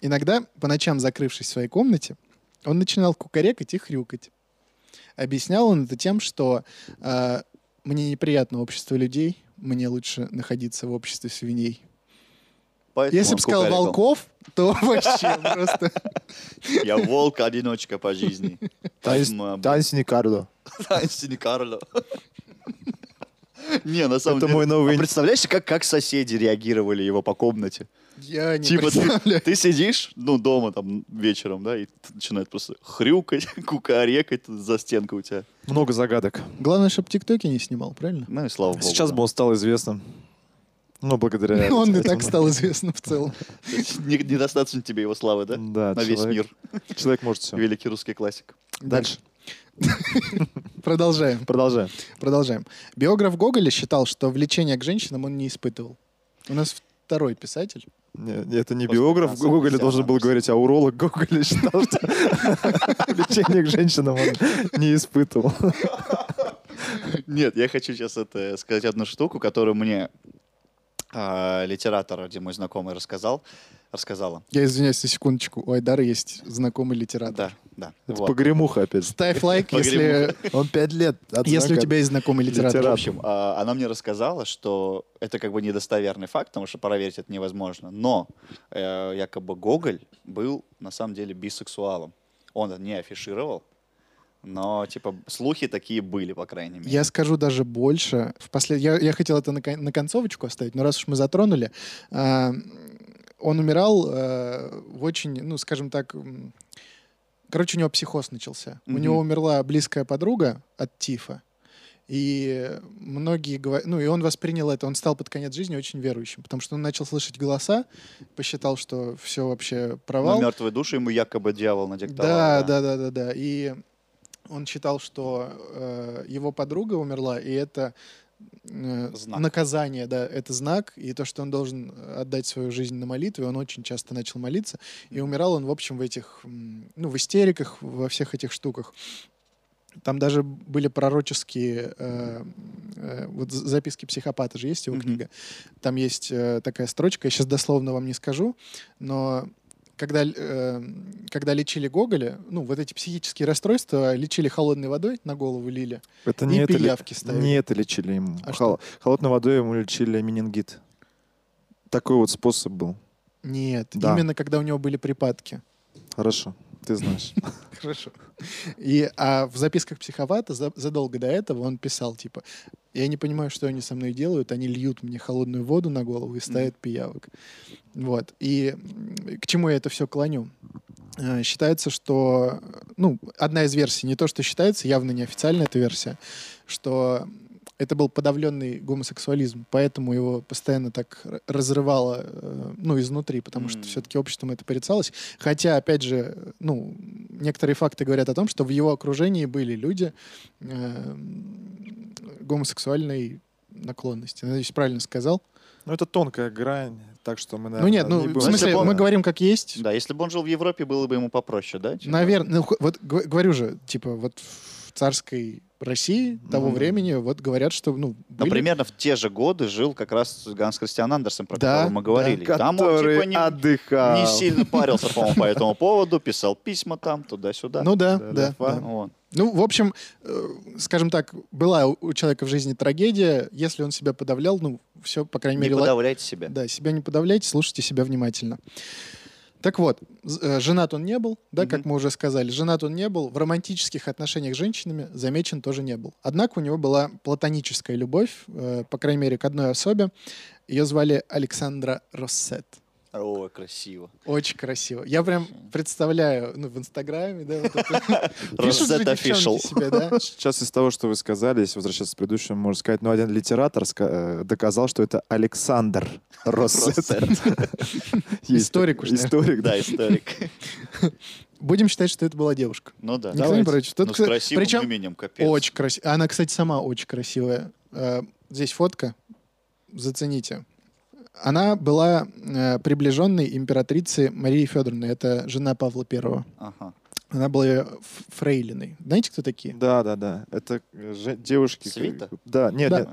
Иногда, по ночам закрывшись в своей комнате, он начинал кукарекать и хрюкать. Объяснял он это тем, что э, мне неприятно общество людей, мне лучше находиться в обществе свиней. Поэтому Если он бы сказал кукарекал. волков, то (laughs) вообще просто... Я волк-одиночка по жизни. Поэтому я Таинственный Карло. Таинственный Карло. (laughs) Не, на самом Это деле. мой новый- А представляешь, как, как соседи реагировали его по комнате? Я не Типа ты, представляю. ты сидишь, ну, дома там вечером, да, и т- начинает просто хрюкать, (laughs) кукарекать за стенкой у тебя. Много загадок. Главное, чтобы ТикТоки не снимал, правильно? Ну и слава богу. Сейчас да. бы он стал известным. Ну, благодаря... Ну, (laughs) он и этому. так стал известным в целом. То есть (laughs) не- Недостаточно тебе его славы, да? Да, На весь человек- мир. Человек может все. Великий русский классик. Дальше. (laughs) Продолжаем, Продолжаем. продолжаем. Биограф Гоголя считал, что влечение к женщинам он не испытывал. У нас второй писатель. Не- не, Это не После биограф конца Гоголя вся должен был новость. говорить, а уролог Гоголя считал, что (laughs) влечение к женщинам он не испытывал. Нет, я хочу сейчас это сказать одну штуку, которую мне а, литератор, один мой знакомый, рассказал. Рассказала. Я извиняюсь на секундочку. У Айдара есть знакомый литератор. Да, да. Это вот. погремуха опять. Ставь лайк, если, Он пять лет. от если у загаду. тебя есть знакомый литератор. В общем, а, она мне рассказала, что это как бы недостоверный факт, потому что проверить это невозможно. Но э, якобы Гоголь был на самом деле бисексуалом. Он это не афишировал, но типа слухи такие были, по крайней мере. Я скажу даже больше. В послед... я, я хотел это на, кон- на концовочку оставить, но раз уж мы затронули, а, он умирал э, в очень, ну, скажем так, м, короче, у него психоз начался. У Мгм. него умерла близкая подруга от тифа. И многие говорят, ну и он воспринял это, он стал под конец жизни очень верующим, потому что он начал слышать голоса, посчитал, что все вообще Но провал. мертвые души ему якобы дьявол надиктовал. Да, да, да, да, да. И он считал, что э, его подруга умерла, и это э, Знак. наказание, да, это знак, и то, что он должен отдать свою жизнь на молитву, и он очень часто начал молиться, и умирал он, в общем, в этих, м, ну, в истериках, во всех этих штуках. Там даже были пророческие э, э, вот з- записки психопата же есть его Мгм. книга. Там есть э, такая строчка, я сейчас дословно вам не скажу, но когда, л- э, когда лечили Гоголя, ну, вот эти психические расстройства лечили холодной водой, на голову лили. Это И не это, ли- пиявки ставили. не это лечили ему. А Хол- Холодной водой ему лечили менингит. Такой вот способ был. Нет, Да. именно когда у него были припадки. Хорошо, ты знаешь. Хорошо. И, а в записках психопата за- задолго до этого он писал, типа, я не понимаю, что они со мной делают, они льют мне холодную воду на голову и ставят пиявок. Вот. И м, к чему я это все клоню? Э, Считается, что... Ну, одна из версий, не то, что считается, явно неофициальная эта версия, что это был подавленный гомосексуализм, поэтому его постоянно так р- разрывало, э, ну, изнутри, потому что М. все-таки обществом это порицалось. Хотя, опять же, э, ну, некоторые факты говорят о том, что в его окружении были люди э, гомосексуальной э, наклонности. Надеюсь, правильно сказал. Ну, это тонкая грань, так что мы, ну наверное, нет, ну не в будем- смысле, Если бы- мы говорим как есть. Да, если бы он жил в Европе, было бы ему попроще, да? типа? Наверное, ну, х- вот г- говорю же, типа, вот в царской России того Мгм. времени вот говорят, что, ну, были- Но примерно в те же годы жил как раз Ганс Кристиан Андерсен, про Да, которого мы говорили. Там он, Который типа, не- отдыхал. не сильно парился, по-моему, по этому поводу, писал письма там, туда-сюда. Ну да, Да, да. да. да. Вот. Ну, в общем, э, скажем так, была у- у человека в жизни трагедия. Если он себя подавлял, ну, все, по крайней Не мере, ла- подавляйте себя. Да, себя не подавляйте, слушайте себя внимательно. Так вот, з- э, женат он не был, да, как Мгм. мы уже сказали, женат он не был, в романтических отношениях с женщинами замечен тоже не был. Однако у него была платоническая любовь, э, по крайней мере, к одной особе. Ее звали Александра Россет. О, красиво. Очень красиво. Я прям представляю, ну, в Инстаграме, да, вот это. Пишут же (laughs) Россет девчонки official. себе, да. Сейчас из того, что вы сказали, если возвращаться к предыдущему, можно сказать, ну, один литератор ска- э, доказал, что это Александр (laughs) Россет. (laughs) Есть Историк уж, такой- наверное. Историк, да. Да, историк. (laughs) Будем считать, что это была девушка. Ну да. Никто не Давайте. против. Тут, Ну, с кстати, красивым причем именем, капец. Очень красиво. Она, кстати, сама очень красивая. Э, Здесь фотка. Зацените. Она была э, приближенной императрицы Марии Федоровны. Это жена Павла Первого. Ага. Она была ее ф- фрейлиной. Знаете, кто такие? Да, да, да. Это э, же- девушки. Свита? Да, нет, Да. нет.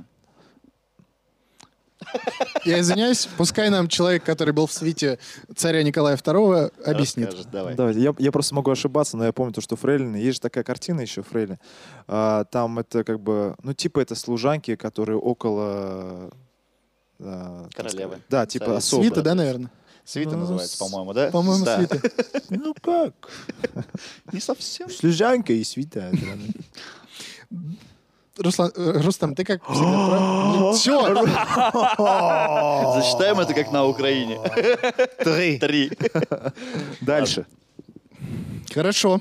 Я извиняюсь. Пускай нам человек, который был в свите царя Николая II, объяснит. Расскажешь, давай. Давайте. Я, я просто могу ошибаться, но я помню то, что Фрейлины, есть же такая картина еще Фрейли. А, там это как бы, ну типа это служанки, которые около... а, как Королевы. сказать, Да, типа Царицы. особо. Свита, да, наверное? Свита Ну, называется, с- по-моему, да? По-моему, Да. свита. Ну как? (laughs) Не совсем. Служанка и свита. Руслан, э, Рустам, ты как всегда прав. Ну, чё? Зачитаем это как на (laughs) Украине. Три. Три. Дальше. Хорошо.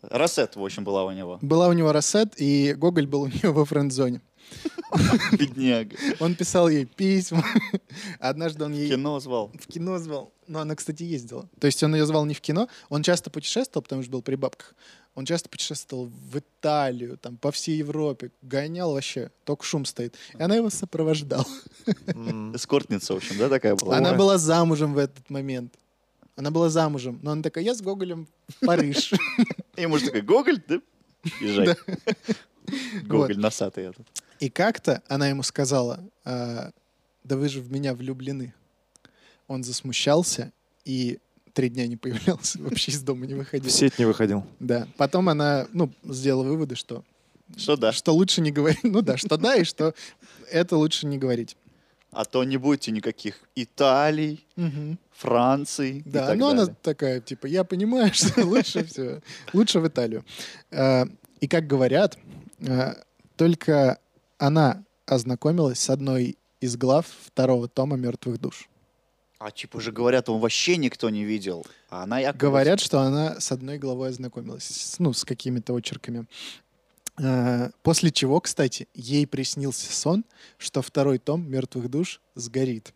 Рассет, в общем, была (laughs) у него. Была у него Рассет, и Гоголь был у нее во френд-зоне. Бедняга. Он писал ей письма. (laughs) Однажды он ей Кино звал. в кино звал. Но она, кстати, ездила. То есть он ее звал не в кино. Он часто путешествовал, потому что был при бабках. Он часто путешествовал в Италию, там, по всей Европе. Гонял вообще. Только шум стоит. И она его сопровождала. М, Эскортница, в общем, да, такая была? Она была замужем в этот момент. Она была замужем. Но она такая, я с Гоголем в Париж. И муж такой, Гоголь, да? Езжай. (laughs) Гоголь носатый этот. И как-то она ему сказала, «А, да вы же в меня влюблены. Он засмущался и три дня не появлялся, (laughs) вообще из дома не В выходил. сеть не выходил. Да. Потом она, ну, сделала выводы, что, Что да? что лучше не говорить. Ну да, что да, и что это лучше не говорить. А то не будете никаких Италий, Франции и Да, так но она далее. такая, типа, я понимаю, (laughs) что лучше все, лучше в Италию. Э, И как говорят, э, только она ознакомилась с одной из глав второго тома «Мертвых душ». А типа же говорят, он вообще никто не видел. А она якобы... Говорят, что она с одной главой ознакомилась, с- ну, с какими-то очерками. Э, После чего, кстати, ей приснился сон, что второй том «Мертвых душ» сгорит.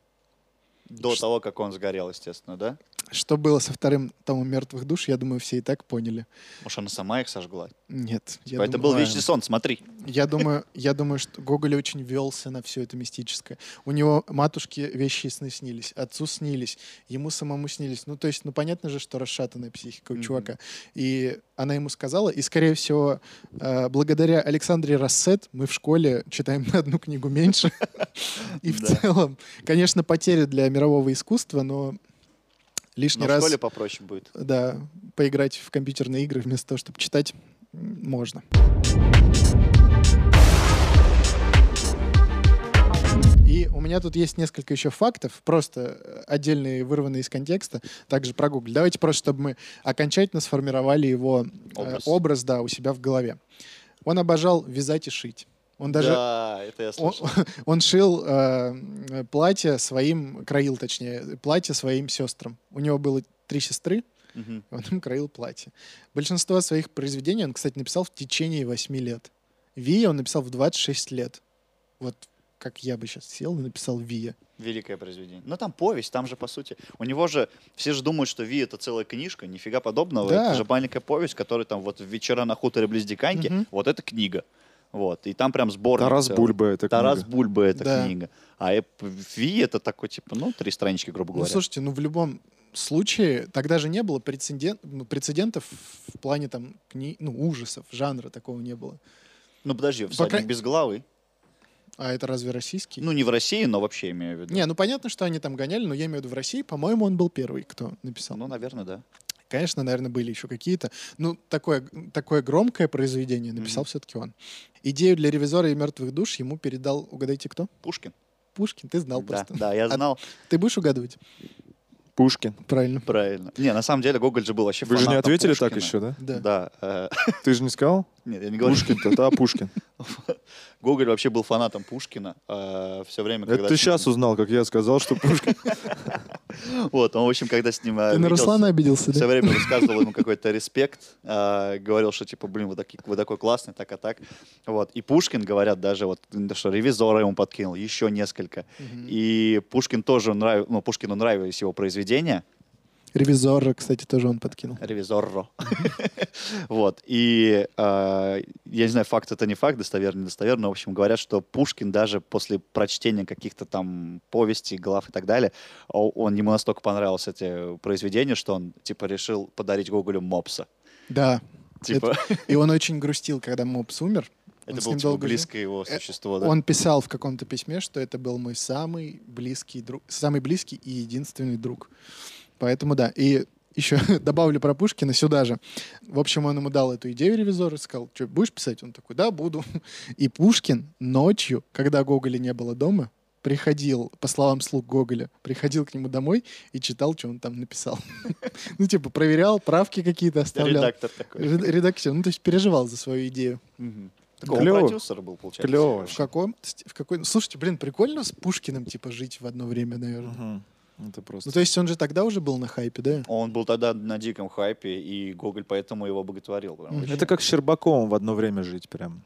До того, как он сгорел, естественно, да? Что было со вторым томом «Мертвых душ», я думаю, все и так поняли. Может, она сама их сожгла? Нет. я Типа, это думаю- а, был вечный сон, смотри. Я думаю, я думаю, что Гоголь очень велся на все это мистическое. У него матушке вещи и сны снились, отцу снились, ему самому снились. Ну, то есть, ну, понятно же, что расшатанная психика у Мгм. чувака. И она ему сказала, и, скорее всего, э, благодаря Александре Рассет мы в школе читаем (laughs) на одну книгу меньше. (laughs) И в Да. целом, конечно, потеря для мирового искусства, но лишний Но в раз школе попроще будет. да, поиграть в компьютерные игры вместо того, чтобы читать, м, можно. И у меня тут есть несколько еще фактов, просто э, отдельные, вырванные из контекста, также про Google. Давайте просто, чтобы мы окончательно сформировали его э, Образ. образ, да, у себя в голове. Он обожал вязать и шить. Он даже Да, это я он, слышал. он шил э, платье своим, краил точнее, платье своим сестрам. У него было три сестры, Мгм. (laughs) он им краил платье. Большинство своих произведений он, кстати, написал в течение 8 лет. Вия он написал в 26 лет. Вот как я бы сейчас сел и написал Вия. Великое произведение. Ну, там повесть, там же, по сути. У него же, все же думают, что Ви — это целая книжка, нифига подобного. Да. Это же маленькая повесть, которая там вот «Вечера на хуторе близ Диканьки». Мгм. Вот это книга. Вот. И там прям сборник. Тарас целый. Бульба эта Тарас книга. Бульба эта Да. книга. А э, Ви это такой, типа, ну, три странички, грубо Ну, говоря. слушайте, ну в любом случае тогда же не было прецеден- ну, прецедентов в плане там кни- ну, ужасов, жанра такого не было. ну, подожди, пока- всадник без головы. А это разве российский? Ну, не в России, но вообще имею в виду. не, ну понятно, что они там гоняли, но я имею в виду в России, по-моему, он был первый, кто написал. Ну, наверное, да. Конечно, наверное, были еще какие-то. Ну, такое, такое громкое произведение написал все-таки он. Идею для ревизора и мертвых душ ему передал, угадайте кто? Пушкин. Пушкин, ты знал Да, просто. да, я А- знал. Ты будешь угадывать? Пушкин. Правильно. Правильно. Не, на самом деле, Гоголь же был вообще Вы же не фанатом ответили так Пушкина. еще, да? Да. Да. (laughs) э, Ты же не сказал? Нет, я не говорю. Пушкин-то, да, (laughs) Пушкин. Гоголь вообще был фанатом Пушкина. все время, когда... Это ты с ним- сейчас узнал, как я сказал, что (laughs) Пушкин. Вот, он, в общем, когда с ним... э, Ты на виделся, Руслана обиделся, Все да? время высказывал ему какой-то респект, э, говорил, что типа, блин, вы, таки- вы такой классный, так а так. Вот. И Пушкин, говорят, даже вот, м, что ревизора ему подкинул, еще несколько. И Пушкин тоже нравился, ну, Пушкину нравились его произведения, Ревизора, кстати, тоже он подкинул. Ревизорро. (laughs) Вот. И э, я не знаю, факт это не факт, достоверно, недостоверно. В общем, говорят, что Пушкин даже после прочтения каких-то там повестей, глав и так далее, о- он ему настолько понравилось эти произведения, что он типа решил подарить Гоголю мопса. Да. Типа, И он очень грустил, когда Мопс умер. Он (laughs) это с было ним типа, долго жил. близкое его Э, существо, да? Он писал в каком-то письме, что это был мой самый близкий друг, самый близкий и единственный друг. Поэтому да. И еще (laughs) добавлю про Пушкина сюда же. В общем, он ему дал эту идею ревизора, сказал, что будешь писать? Он такой, да, буду. (laughs) И Пушкин ночью, когда Гоголя не было дома, приходил, по словам слуг Гоголя, приходил к нему домой и читал, что он там написал. (laughs) Ну, типа, проверял, правки какие-то оставлял. Редактор такой. Ред- Редактор, ну, то есть переживал за свою идею. Такой он Клёво. продюсер был, получается. Клёво. В каком? В какой? Слушайте, блин, прикольно с Пушкиным типа жить в одно время, наверное. Это просто. Ну то есть он же тогда уже был на хайпе, да? Он был тогда на диком хайпе, и Гоголь поэтому его боготворил. прям очень. Это как с Щербаковым в одно время жить прям.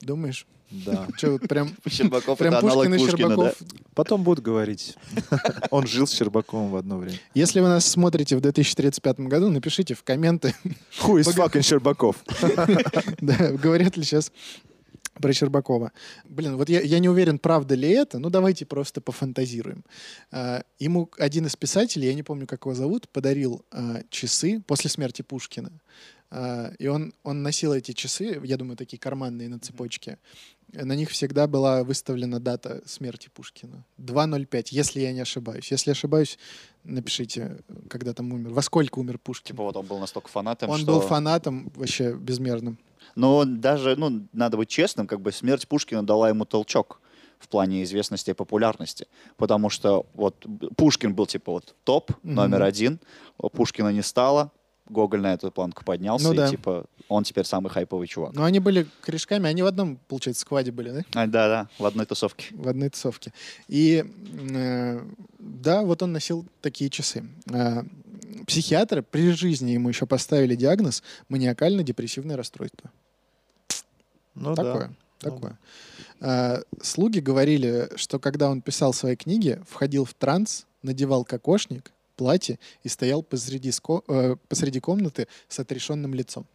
Думаешь? Да. Че вот (laughs) прям Щербаков прям это аналог Пушкин и Пушкина, да? Щербаков. Потом будут говорить. (laughs) Он жил с Щербаковым в одно время. Если вы нас смотрите в 2035 году, напишите в комменты, Хуй Пога- fucking Щербаков. (laughs) да, говорят ли сейчас про Щербакова. Блин, вот я, я не уверен, правда ли это, ну давайте просто пофантазируем. А, Ему один из писателей, я не помню, как его зовут, подарил а, часы после смерти Пушкина. А, И он, он носил эти часы, я думаю, такие карманные на цепочке. На них всегда была выставлена дата смерти Пушкина. 2.05, если я не ошибаюсь. Если ошибаюсь, напишите, когда там умер. Во сколько умер Пушкин? Типа вот он был настолько фанатом, он что... был фанатом вообще безмерным. Но он даже, ну, надо быть честным, как бы смерть Пушкина дала ему толчок в плане известности и популярности. Потому что вот Пушкин был типа вот топ, номер Мгм. один, Пушкина не стало, Гоголь на эту планку поднялся, Ну и да. типа он теперь самый хайповый чувак. Ну, они были корешками, они в одном, получается, скваде были, да? А, Да-да, в одной тусовке. В одной тусовке. И э, да, вот он носил такие часы. Э, психиатры при жизни ему еще поставили диагноз маниакально-депрессивное расстройство. (laughs) Ну такое. да. Такое. Э, слуги говорили, что когда он писал свои книги, входил в транс, надевал кокошник, платье и стоял посреди, ско- э, посреди комнаты с отрешенным лицом.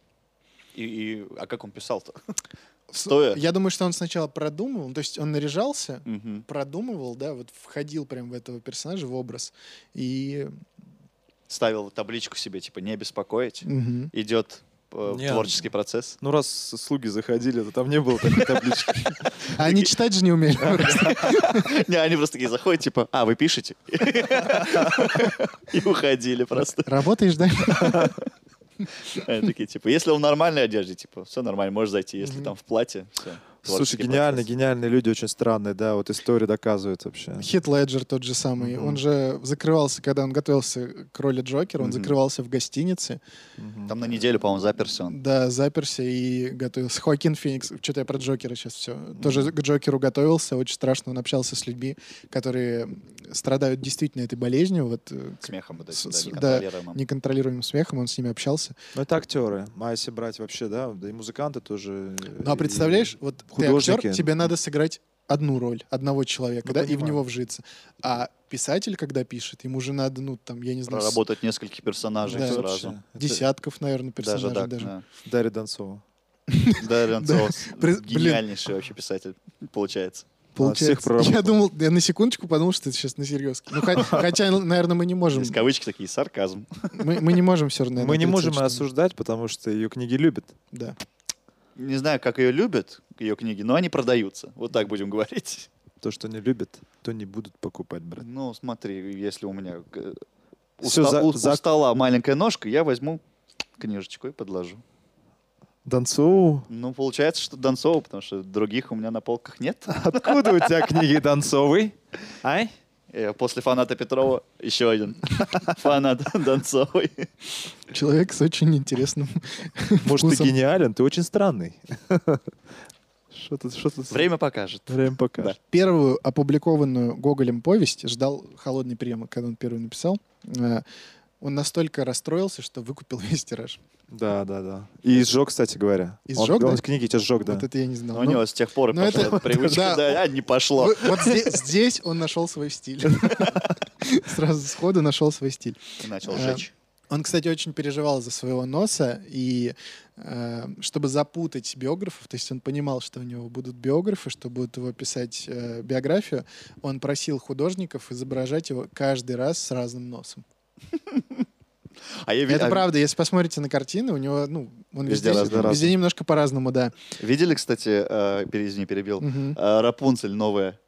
И, и- а как он писал-то? Стоя? Я думаю, что он сначала продумывал, то есть он наряжался, Мгм. продумывал, да, вот входил прям в этого персонажа, в образ. И Ставил табличку себе, типа, не беспокоить. мгм. Идет э, Не. творческий процесс. Ну раз слуги заходили, то там не было такой (laughs) таблички. А они читать же не умели. Не, они просто такие заходят, типа, а, вы пишете? И уходили просто. Работаешь, да? Они такие, типа, если он в нормальной одежде, типа, все нормально, можешь зайти, если там в платье, все. Слушай, гениальные, гениальные люди очень странные, да, вот история доказывает вообще. (laughs) Хит Леджер тот же самый. Он же закрывался, когда он готовился к роли Джокера, он Мгм. закрывался в гостинице. Там на неделю, по-моему, заперся он. Да, заперся и готовился. Хоакин Феникс, что-то я про Джокера сейчас все. Тоже к Джокеру готовился, очень страшно. Он общался с людьми, которые страдают действительно этой болезнью, вот э, к- Смехом вот с- этим, с- да, да, неконтролируемым. неконтролируемым смехом, он с ними общался. Ну это актеры. А если брать вообще, да, да и музыканты тоже. Ну а и- представляешь, вот ты художники. актер, тебе надо сыграть одну роль одного человека, Ну, да, и в понимаю. него вжиться. А писатель, когда пишет, ему же надо, ну там, я не знаю, с- Проработать нескольких персонажей Да. сразу. Вообще. Это десятков, наверное, Даже персонажей даже. так, да. Дарья Донцова. Да, Ренцовс. (laughs) При- блин. Гениальнейший вообще писатель, получается. всех проработал. я думал, я на секундочку подумал, что это сейчас на серьезке. Ну, (laughs) хо- хотя, наверное, мы не можем. Из кавычки такие, сарказм. Мы, мы не можем все равно. Мы не отрицать, можем что- осуждать, потому что ее книги любят. Да. Не знаю, как ее любят, ее книги, но они продаются. Вот так будем говорить. То, что не любят, то не будут покупать, брат. Ну, смотри, если у меня э, у, Всё, ста- за- у- у за- стола маленькая ножка, я возьму книжечку и подложу. Донцову? Ну, получается, что Донцова, потому что других у меня на полках нет. Откуда у тебя книги Донцовой? А? Ай? Э, После фаната Петрова еще один (laughs) фанат Донцовой. Человек с очень интересным Может, ты вкусом. гениален? Ты очень странный. Что тут? Что тут? Время покажет. Время покажет. Первую опубликованную Гоголем повесть ждал холодный прием, когда он первую написал. Э, Он настолько расстроился, что выкупил (laughs) весь тираж. Да, да, да. И сжег, кстати говоря. И Он- сжёг, он да? книги тебя сжег, да. Вот это я не знал. Но у Но него с тех пор и ну, пошла это- эта привычка, да. да, а, не пошло. вы- Вот здесь, здесь он нашел свой стиль. (laughs) Сразу сходу нашел свой стиль. И начал Э, жечь. Он, кстати, очень переживал за своего носа, и э, чтобы запутать биографов, то есть он понимал, что у него будут биографы, что будут его писать э, биографию, он просил художников изображать его каждый раз с разным носом. А я ви- Это а правда, если посмотрите на картины, у него, ну, он Везде везде, разный, разный. везде немножко по-разному, да. Видели, кстати, э, пере- извини, перебил, Мгм. э, Рапунцель новая.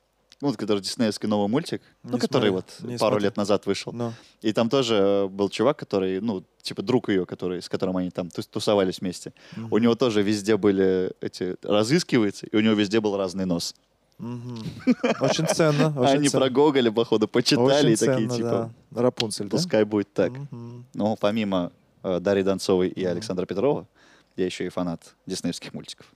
Ну, вот, который диснеевский новый мультик, ну, Не который смотрел, вот не пару смотрел. лет назад вышел. Но. И там тоже э, был чувак, который, ну, типа друг ее, который, с которым они там тус- тусовались вместе. Мгм. У него тоже везде были эти разыскивается, и у него везде был разный нос. Мгм. Очень ценно. а очень они ценно. про Гоголя, походу, почитали Очень и такие, ценно, типа, да. Рапунцель, да? пускай будет так. Мгм. Но помимо э, Дарьи Донцовой и Мгм. Александра Петрова, я еще и фанат диснеевских мультиков.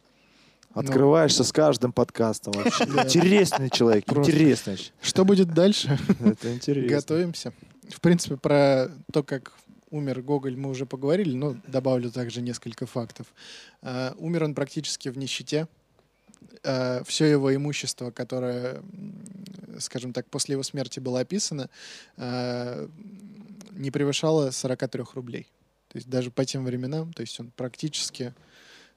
Ну, Открываешься с каждым подкастом вообще. Да. Интересный человек, Просто. интересный. Что будет дальше? (laughs) Это интересно. Готовимся. В принципе, про то, как умер Гоголь, мы уже поговорили, но добавлю также несколько фактов. Э, Умер он практически в нищете. Все его имущество, которое, м, скажем так, после его смерти было описано, э, не превышало 43 рублей. То есть даже по тем временам, то есть он практически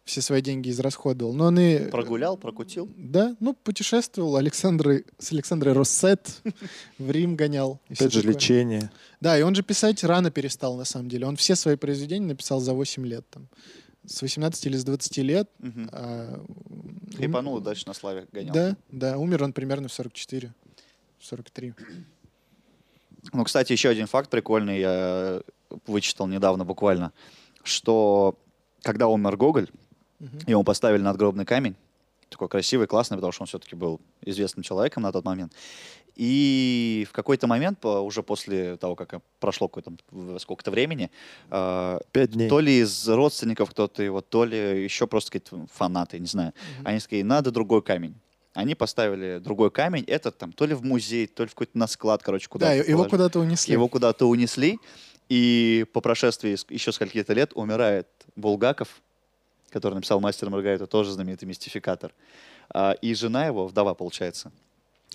все свои деньги израсходовал. Но он и... Прогулял, прокутил. Да, ну, путешествовал Александры, с Александрой Россет, в Рим гонял. и всё Опять же, такое. лечение. Да, и он же писать рано перестал, на самом деле. Он все свои произведения написал за 8 лет. Там. С 18 или с 20 лет. Мгм. а, ум- Хайпанул и дальше на славе гонял. Да, да, умер он примерно в 44. 43. Ну, кстати, еще один факт прикольный, я э, вычитал недавно буквально, что когда умер Гоголь, Мгм. ему поставили надгробный камень, такой красивый, классный, потому что он все-таки был известным человеком на тот момент. И в какой-то момент, по- уже после того, как э, прошло какое-то, м, сколько-то времени, э, Пять дней. то ли из родственников кто-то его, то ли еще просто какие-то фанаты, не знаю. Они такие, надо другой камень. Они поставили другой камень, этот там то ли в музей, то ли в какой-то на склад, короче, куда да, его куда-то унесли. его куда-то унесли, и по прошествии ск- еще скольки-то лет умирает Булгаков, который написал «Мастер и Маргариту», тоже знаменитый мистификатор. А, И жена его, вдова, получается,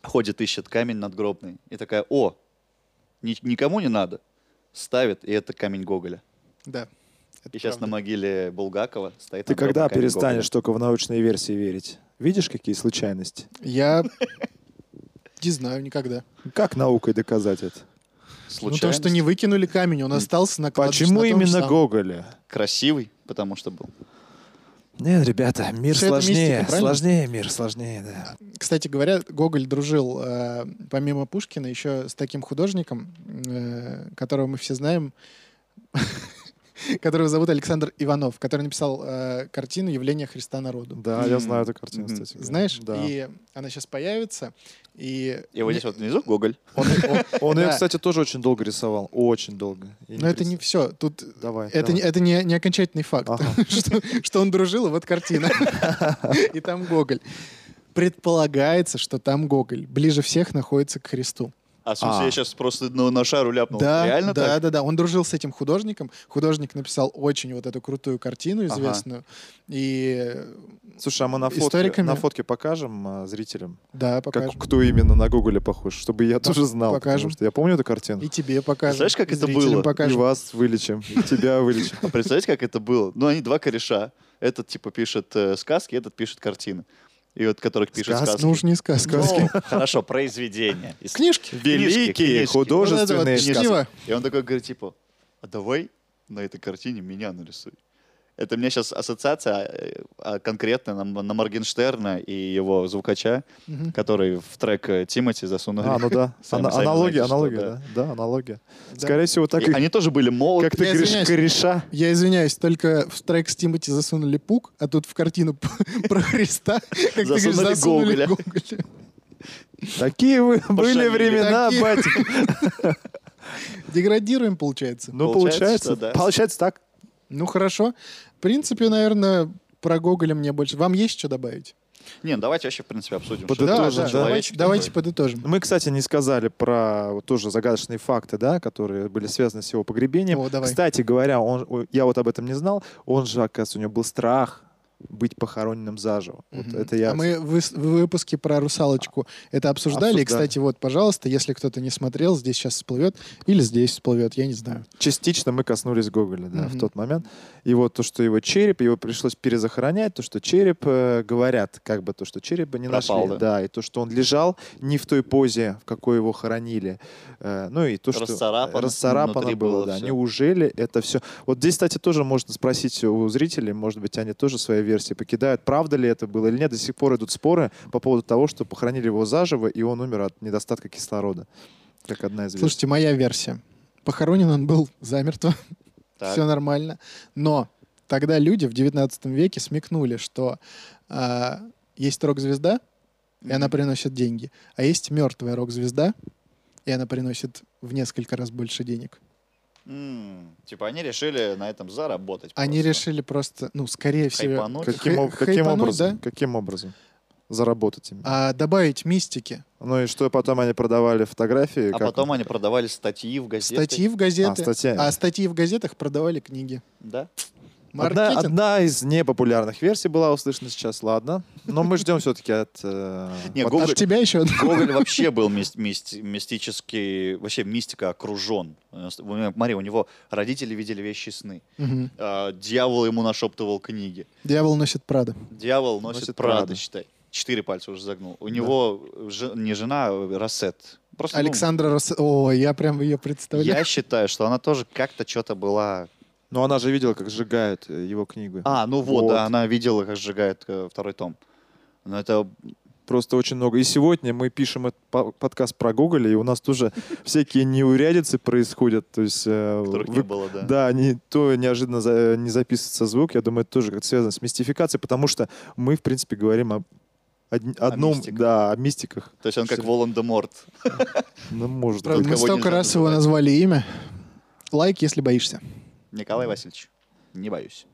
ходит, ищет камень надгробный. И такая, о, ни- никому не надо. Ставит, и это камень Гоголя. Да. это И сейчас на правда. могиле Булгакова стоит Ты надгробный когда камень перестанешь только в научные версии верить? Видишь, какие случайности? Я не знаю никогда. Как наукой доказать это? Гоголя? Ну, то, что Случайность? не выкинули камень, он остался на кладбище Почему на том же именно самом. Гоголя? Красивый, потому что был. Нет, ребята, мир Всё это сложнее. мистика, правильно? сложнее мир, сложнее, да. Кстати говоря, Гоголь дружил, э, помимо Пушкина, еще с таким художником, э, которого мы все знаем, (laughs) которого зовут Александр Иванов, который написал э, картину «Явление Христа народу». Да, я М. знаю эту картину, Мгм. кстати. говоря. Знаешь? Да. И она сейчас появится. И, И вот здесь вот внизу Гоголь. Он, (laughs) он- он ее, Да. кстати, тоже очень долго рисовал. Очень долго. Я Но это не перест- все. Тут Давай. это, не, давай. это не, не окончательный факт, Ага. (laughs) что, что он дружил, и вот (laughs) картина. И там Гоголь. Предполагается, что там Гоголь ближе всех находится к Христу. А, в смысле, А. я сейчас просто ну, на, на шару ляпнул. Да, Реально да, так? да, да. Он дружил с этим художником. Художник написал очень вот эту крутую картину известную. И Слушай, а мы на фотке, историками- на фотке покажем а, зрителям, да, как- покажем. кто именно на Гоголя похож, чтобы я тоже знал. потому покажем. что я помню эту картину. И тебе покажем. Знаешь, как это зрителям было? покажем. (laughs) И вас вылечим, и тебя вылечим. А Представляете, как это было? Ну, они два кореша. Этот, типа, пишет э, сказки, этот пишет картины. И вот которых пишет Сказ- сказки. Ну уж не сказки. Ну, хорошо, произведения. Из- Книжки. Великие Великие Вот это художественные вот сказки. чтиво. И он такой говорит, типа, а давай на этой картине меня нарисуй. Это у меня сейчас ассоциация э, а, конкретно на, М- на Моргенштерна и его звукача, который в трек э, Тимати засунули. А, ну да. Сами- Ана- сами знаете, Аналогия, что, аналогия, да. да. Да, аналогия. Да. Скорее всего, так И и... они тоже были молоды. Как ты Я говоришь, извиняюсь. кореша. Я извиняюсь, только в трек с Тимати засунули пук, а тут в картину (laughs) про Христа, как ты говоришь, Засунули засунули Гоголя. Гоголя. Такие вы были они, времена, такие. батя. Деградируем, получается. Ну, Получается, получается, да. получается так. Ну, хорошо. В принципе, наверное, про Гоголя мне больше... Вам есть что добавить? Не, ну давайте вообще, в принципе, обсудим. Подытожим, что это да. за Давайте, человечек давайте такой. подытожим. Мы, кстати, не сказали про вот тоже загадочные факты, да, которые были связаны с его погребением. О, давай. Кстати говоря, он, о, я вот об этом не знал, он же, оказывается, у него был страх быть похороненным заживо. Вот это я... А мы в, в выпуске про русалочку это обсуждали. Обсуждали. И, кстати, вот, пожалуйста, если кто-то не смотрел, здесь сейчас всплывет или здесь всплывет, я не знаю. Частично мы коснулись Гоголя, да, Мгм. в тот момент. И вот то, что его череп, его пришлось перезахоронять, то, что череп, э, говорят, как бы то, что черепа не Пропал, нашли. да. и то, что он лежал не в той позе, в какой его хоронили. Э, ну и то, что... Расцарапано. Расцарапано Внутри было, было да. всё. Неужели это все... Вот здесь, кстати, тоже можно спросить у зрителей, может быть, они тоже свои версии покидают, правда ли это было или нет. До сих пор идут споры по поводу того, что похоронили его заживо, и он умер от недостатка кислорода. Как одна из версий. Слушайте, моя версия. Похоронен он был (laughs) замертво. Так. Все нормально. Но тогда люди в 19 веке смекнули, что а, есть рок-звезда, и она приносит деньги, а есть мертвая рок-звезда, и она приносит в несколько раз больше денег. М, Типа они решили на этом заработать. Они просто. решили просто, ну, скорее всего, Хайпануть. Каким, об- Хэ- каким хайпануть, образом? да? Каким образом? Заработать им. а, добавить мистики. Ну и что потом они продавали фотографии? А как- потом они продавали статьи в газетах. Статьи в газеты. А, статья. А статьи в газетах продавали книги. Да? Одна, Маркетинг. одна из непопулярных версий была услышана сейчас, ладно. Но мы ждем все-таки от... (laughs) э, Не, вот- Гоголь- От тебя еще (laughs) одна. Гоголь вообще был мис- мис- мистический, вообще мистика окружен. Э, с- у него- Смотри, у него родители видели вещи и сны. Мгм. А, Дьявол ему нашептывал книги. Дьявол носит Прада. Дьявол носит, Носит Прада, Прада. считай. Четыре пальца уже загнул. У него жи- не жена, а Рассет. Просто, ну, Александра Рос... О, я прям ее представляю. я считаю, что она тоже как-то что-то была... Но она же видела, как сжигают э, его книгу. А, ну вот, Вот. да, она видела, как сжигает э, второй том. Но это Просто очень много. И сегодня мы пишем этот по- подкаст про Гоголя, и у нас тоже всякие неурядицы происходят. То есть... э, которых не вы- было, да. Да, они то неожиданно за- не записывается звук. Я думаю, это тоже как-то связано с мистификацией, потому что мы, в принципе, говорим об одн- одном, мистиках. да, о мистиках. То есть он как Что- Волан-де-Морт. Ну, может Правда, быть. мы кого нельзя столько раз его называть. назвали имя. Лайк, если боишься. Николай Васильевич, не боюсь.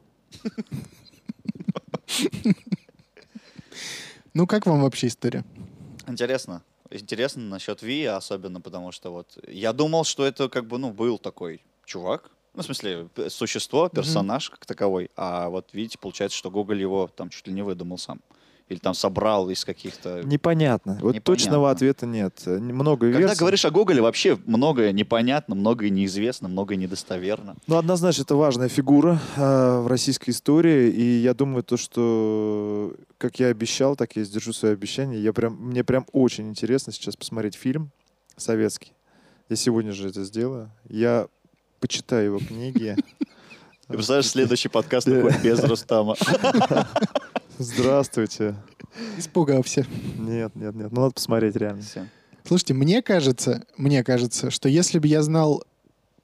Ну, как вам вообще история? Интересно. Интересно насчет Ви, особенно потому что вот я думал, что это как бы, ну, был такой чувак, ну, в смысле, п- существо, персонаж как таковой, а вот видите, получается, что Гоголь его там чуть ли не выдумал сам. Или там собрал из каких-то... Непонятно. Вот Непонятно. точного ответа нет. Э, Много Когда версий. говоришь о Гоголе, вообще многое непонятно, многое неизвестно, многое недостоверно. Ну, однозначно, это важная фигура э, в российской истории, и я думаю, то, что, как я обещал, так я и сдержу свое обещание. Я прям, мне прям очень интересно сейчас посмотреть фильм советский. Я сегодня же это сделаю. Я почитаю его книги. И представляешь, следующий (laughs) подкаст такой без Рустама. Здравствуйте. Испугался. Нет, нет, нет. Ну, надо посмотреть реально. Всё. Слушайте, мне кажется, мне кажется, что если бы я знал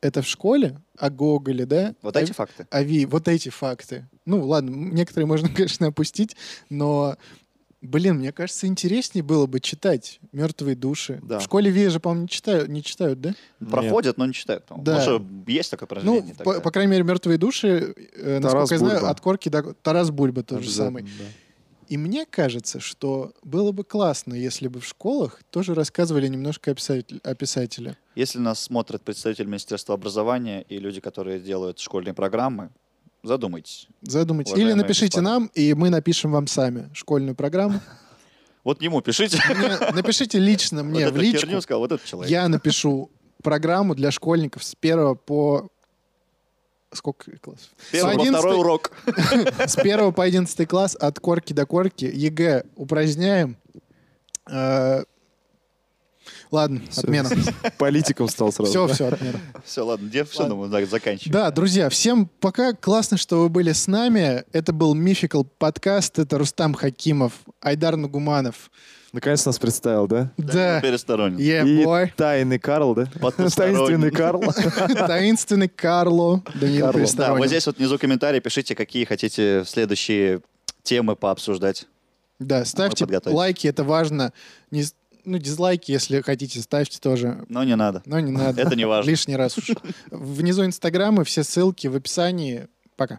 это в школе, о Гоголе, да? эм, Вот о- эти факты. о Ви, вот эти факты. Ну, ладно, м, некоторые можно, (laughs) конечно, опустить, но, блин, мне кажется, интереснее было бы читать «Мертвые души». Да. В школе Ви же, по-моему, не читают, не читают да? Проходят, но не читают. по-моему. Да. Потому что есть такое Ну, произведение. в- по, тогда. по крайней мере, «Мертвые души», э, насколько я Тарас знаю, Бульба. от корки до... Тарас Бульба тот же Обязательно, самый. да. И мне кажется, что было бы классно, если бы в школах тоже рассказывали немножко о, писатель- о писателе. Если нас смотрят представители Министерства образования и люди, которые делают школьные программы, задумайтесь. Задумайтесь. Или Уважаемые напишите господа. нам, и мы напишем вам сами школьную (laughs) программу. Вот ему пишите. Мне- напишите лично мне (laughs) вот в эту личку. херню сказал вот этот человек. Я напишу программу для школьников с 1 по сколько классов? Первый, с, во 11 второй урок. (laughs) с 1 по 11 класс от корки до корки ЕГЭ упраздняем. Э, Ладно, Всё. отмена. Политиком стал сразу. Все, да? все, отмена. Все, ладно, где все, думаю, заканчиваем. Да, друзья, всем пока. Классно, что вы были с нами. Это был Мификал подкаст. Это Рустам Хакимов, Айдар Нагуманов. Наконец нас представил, да? ну, Да. Пересторонен. Yeah, И (laughs) boy. тайный Карл, да? Потусторонний. Таинственный Карл. Таинственный Карло. Даниил Карло. Да, вот Пересторонин. здесь вот внизу комментарии пишите, какие хотите следующие темы пообсуждать. А Да, ставьте подготовимся. лайки, это важно. Не с- ну, дизлайки, если хотите, ставьте тоже. Но не надо. Но (laughs) не надо. Это не важно. Лишний раз (laughs) уж. Внизу Инстаграма, все ссылки в описании. Пока.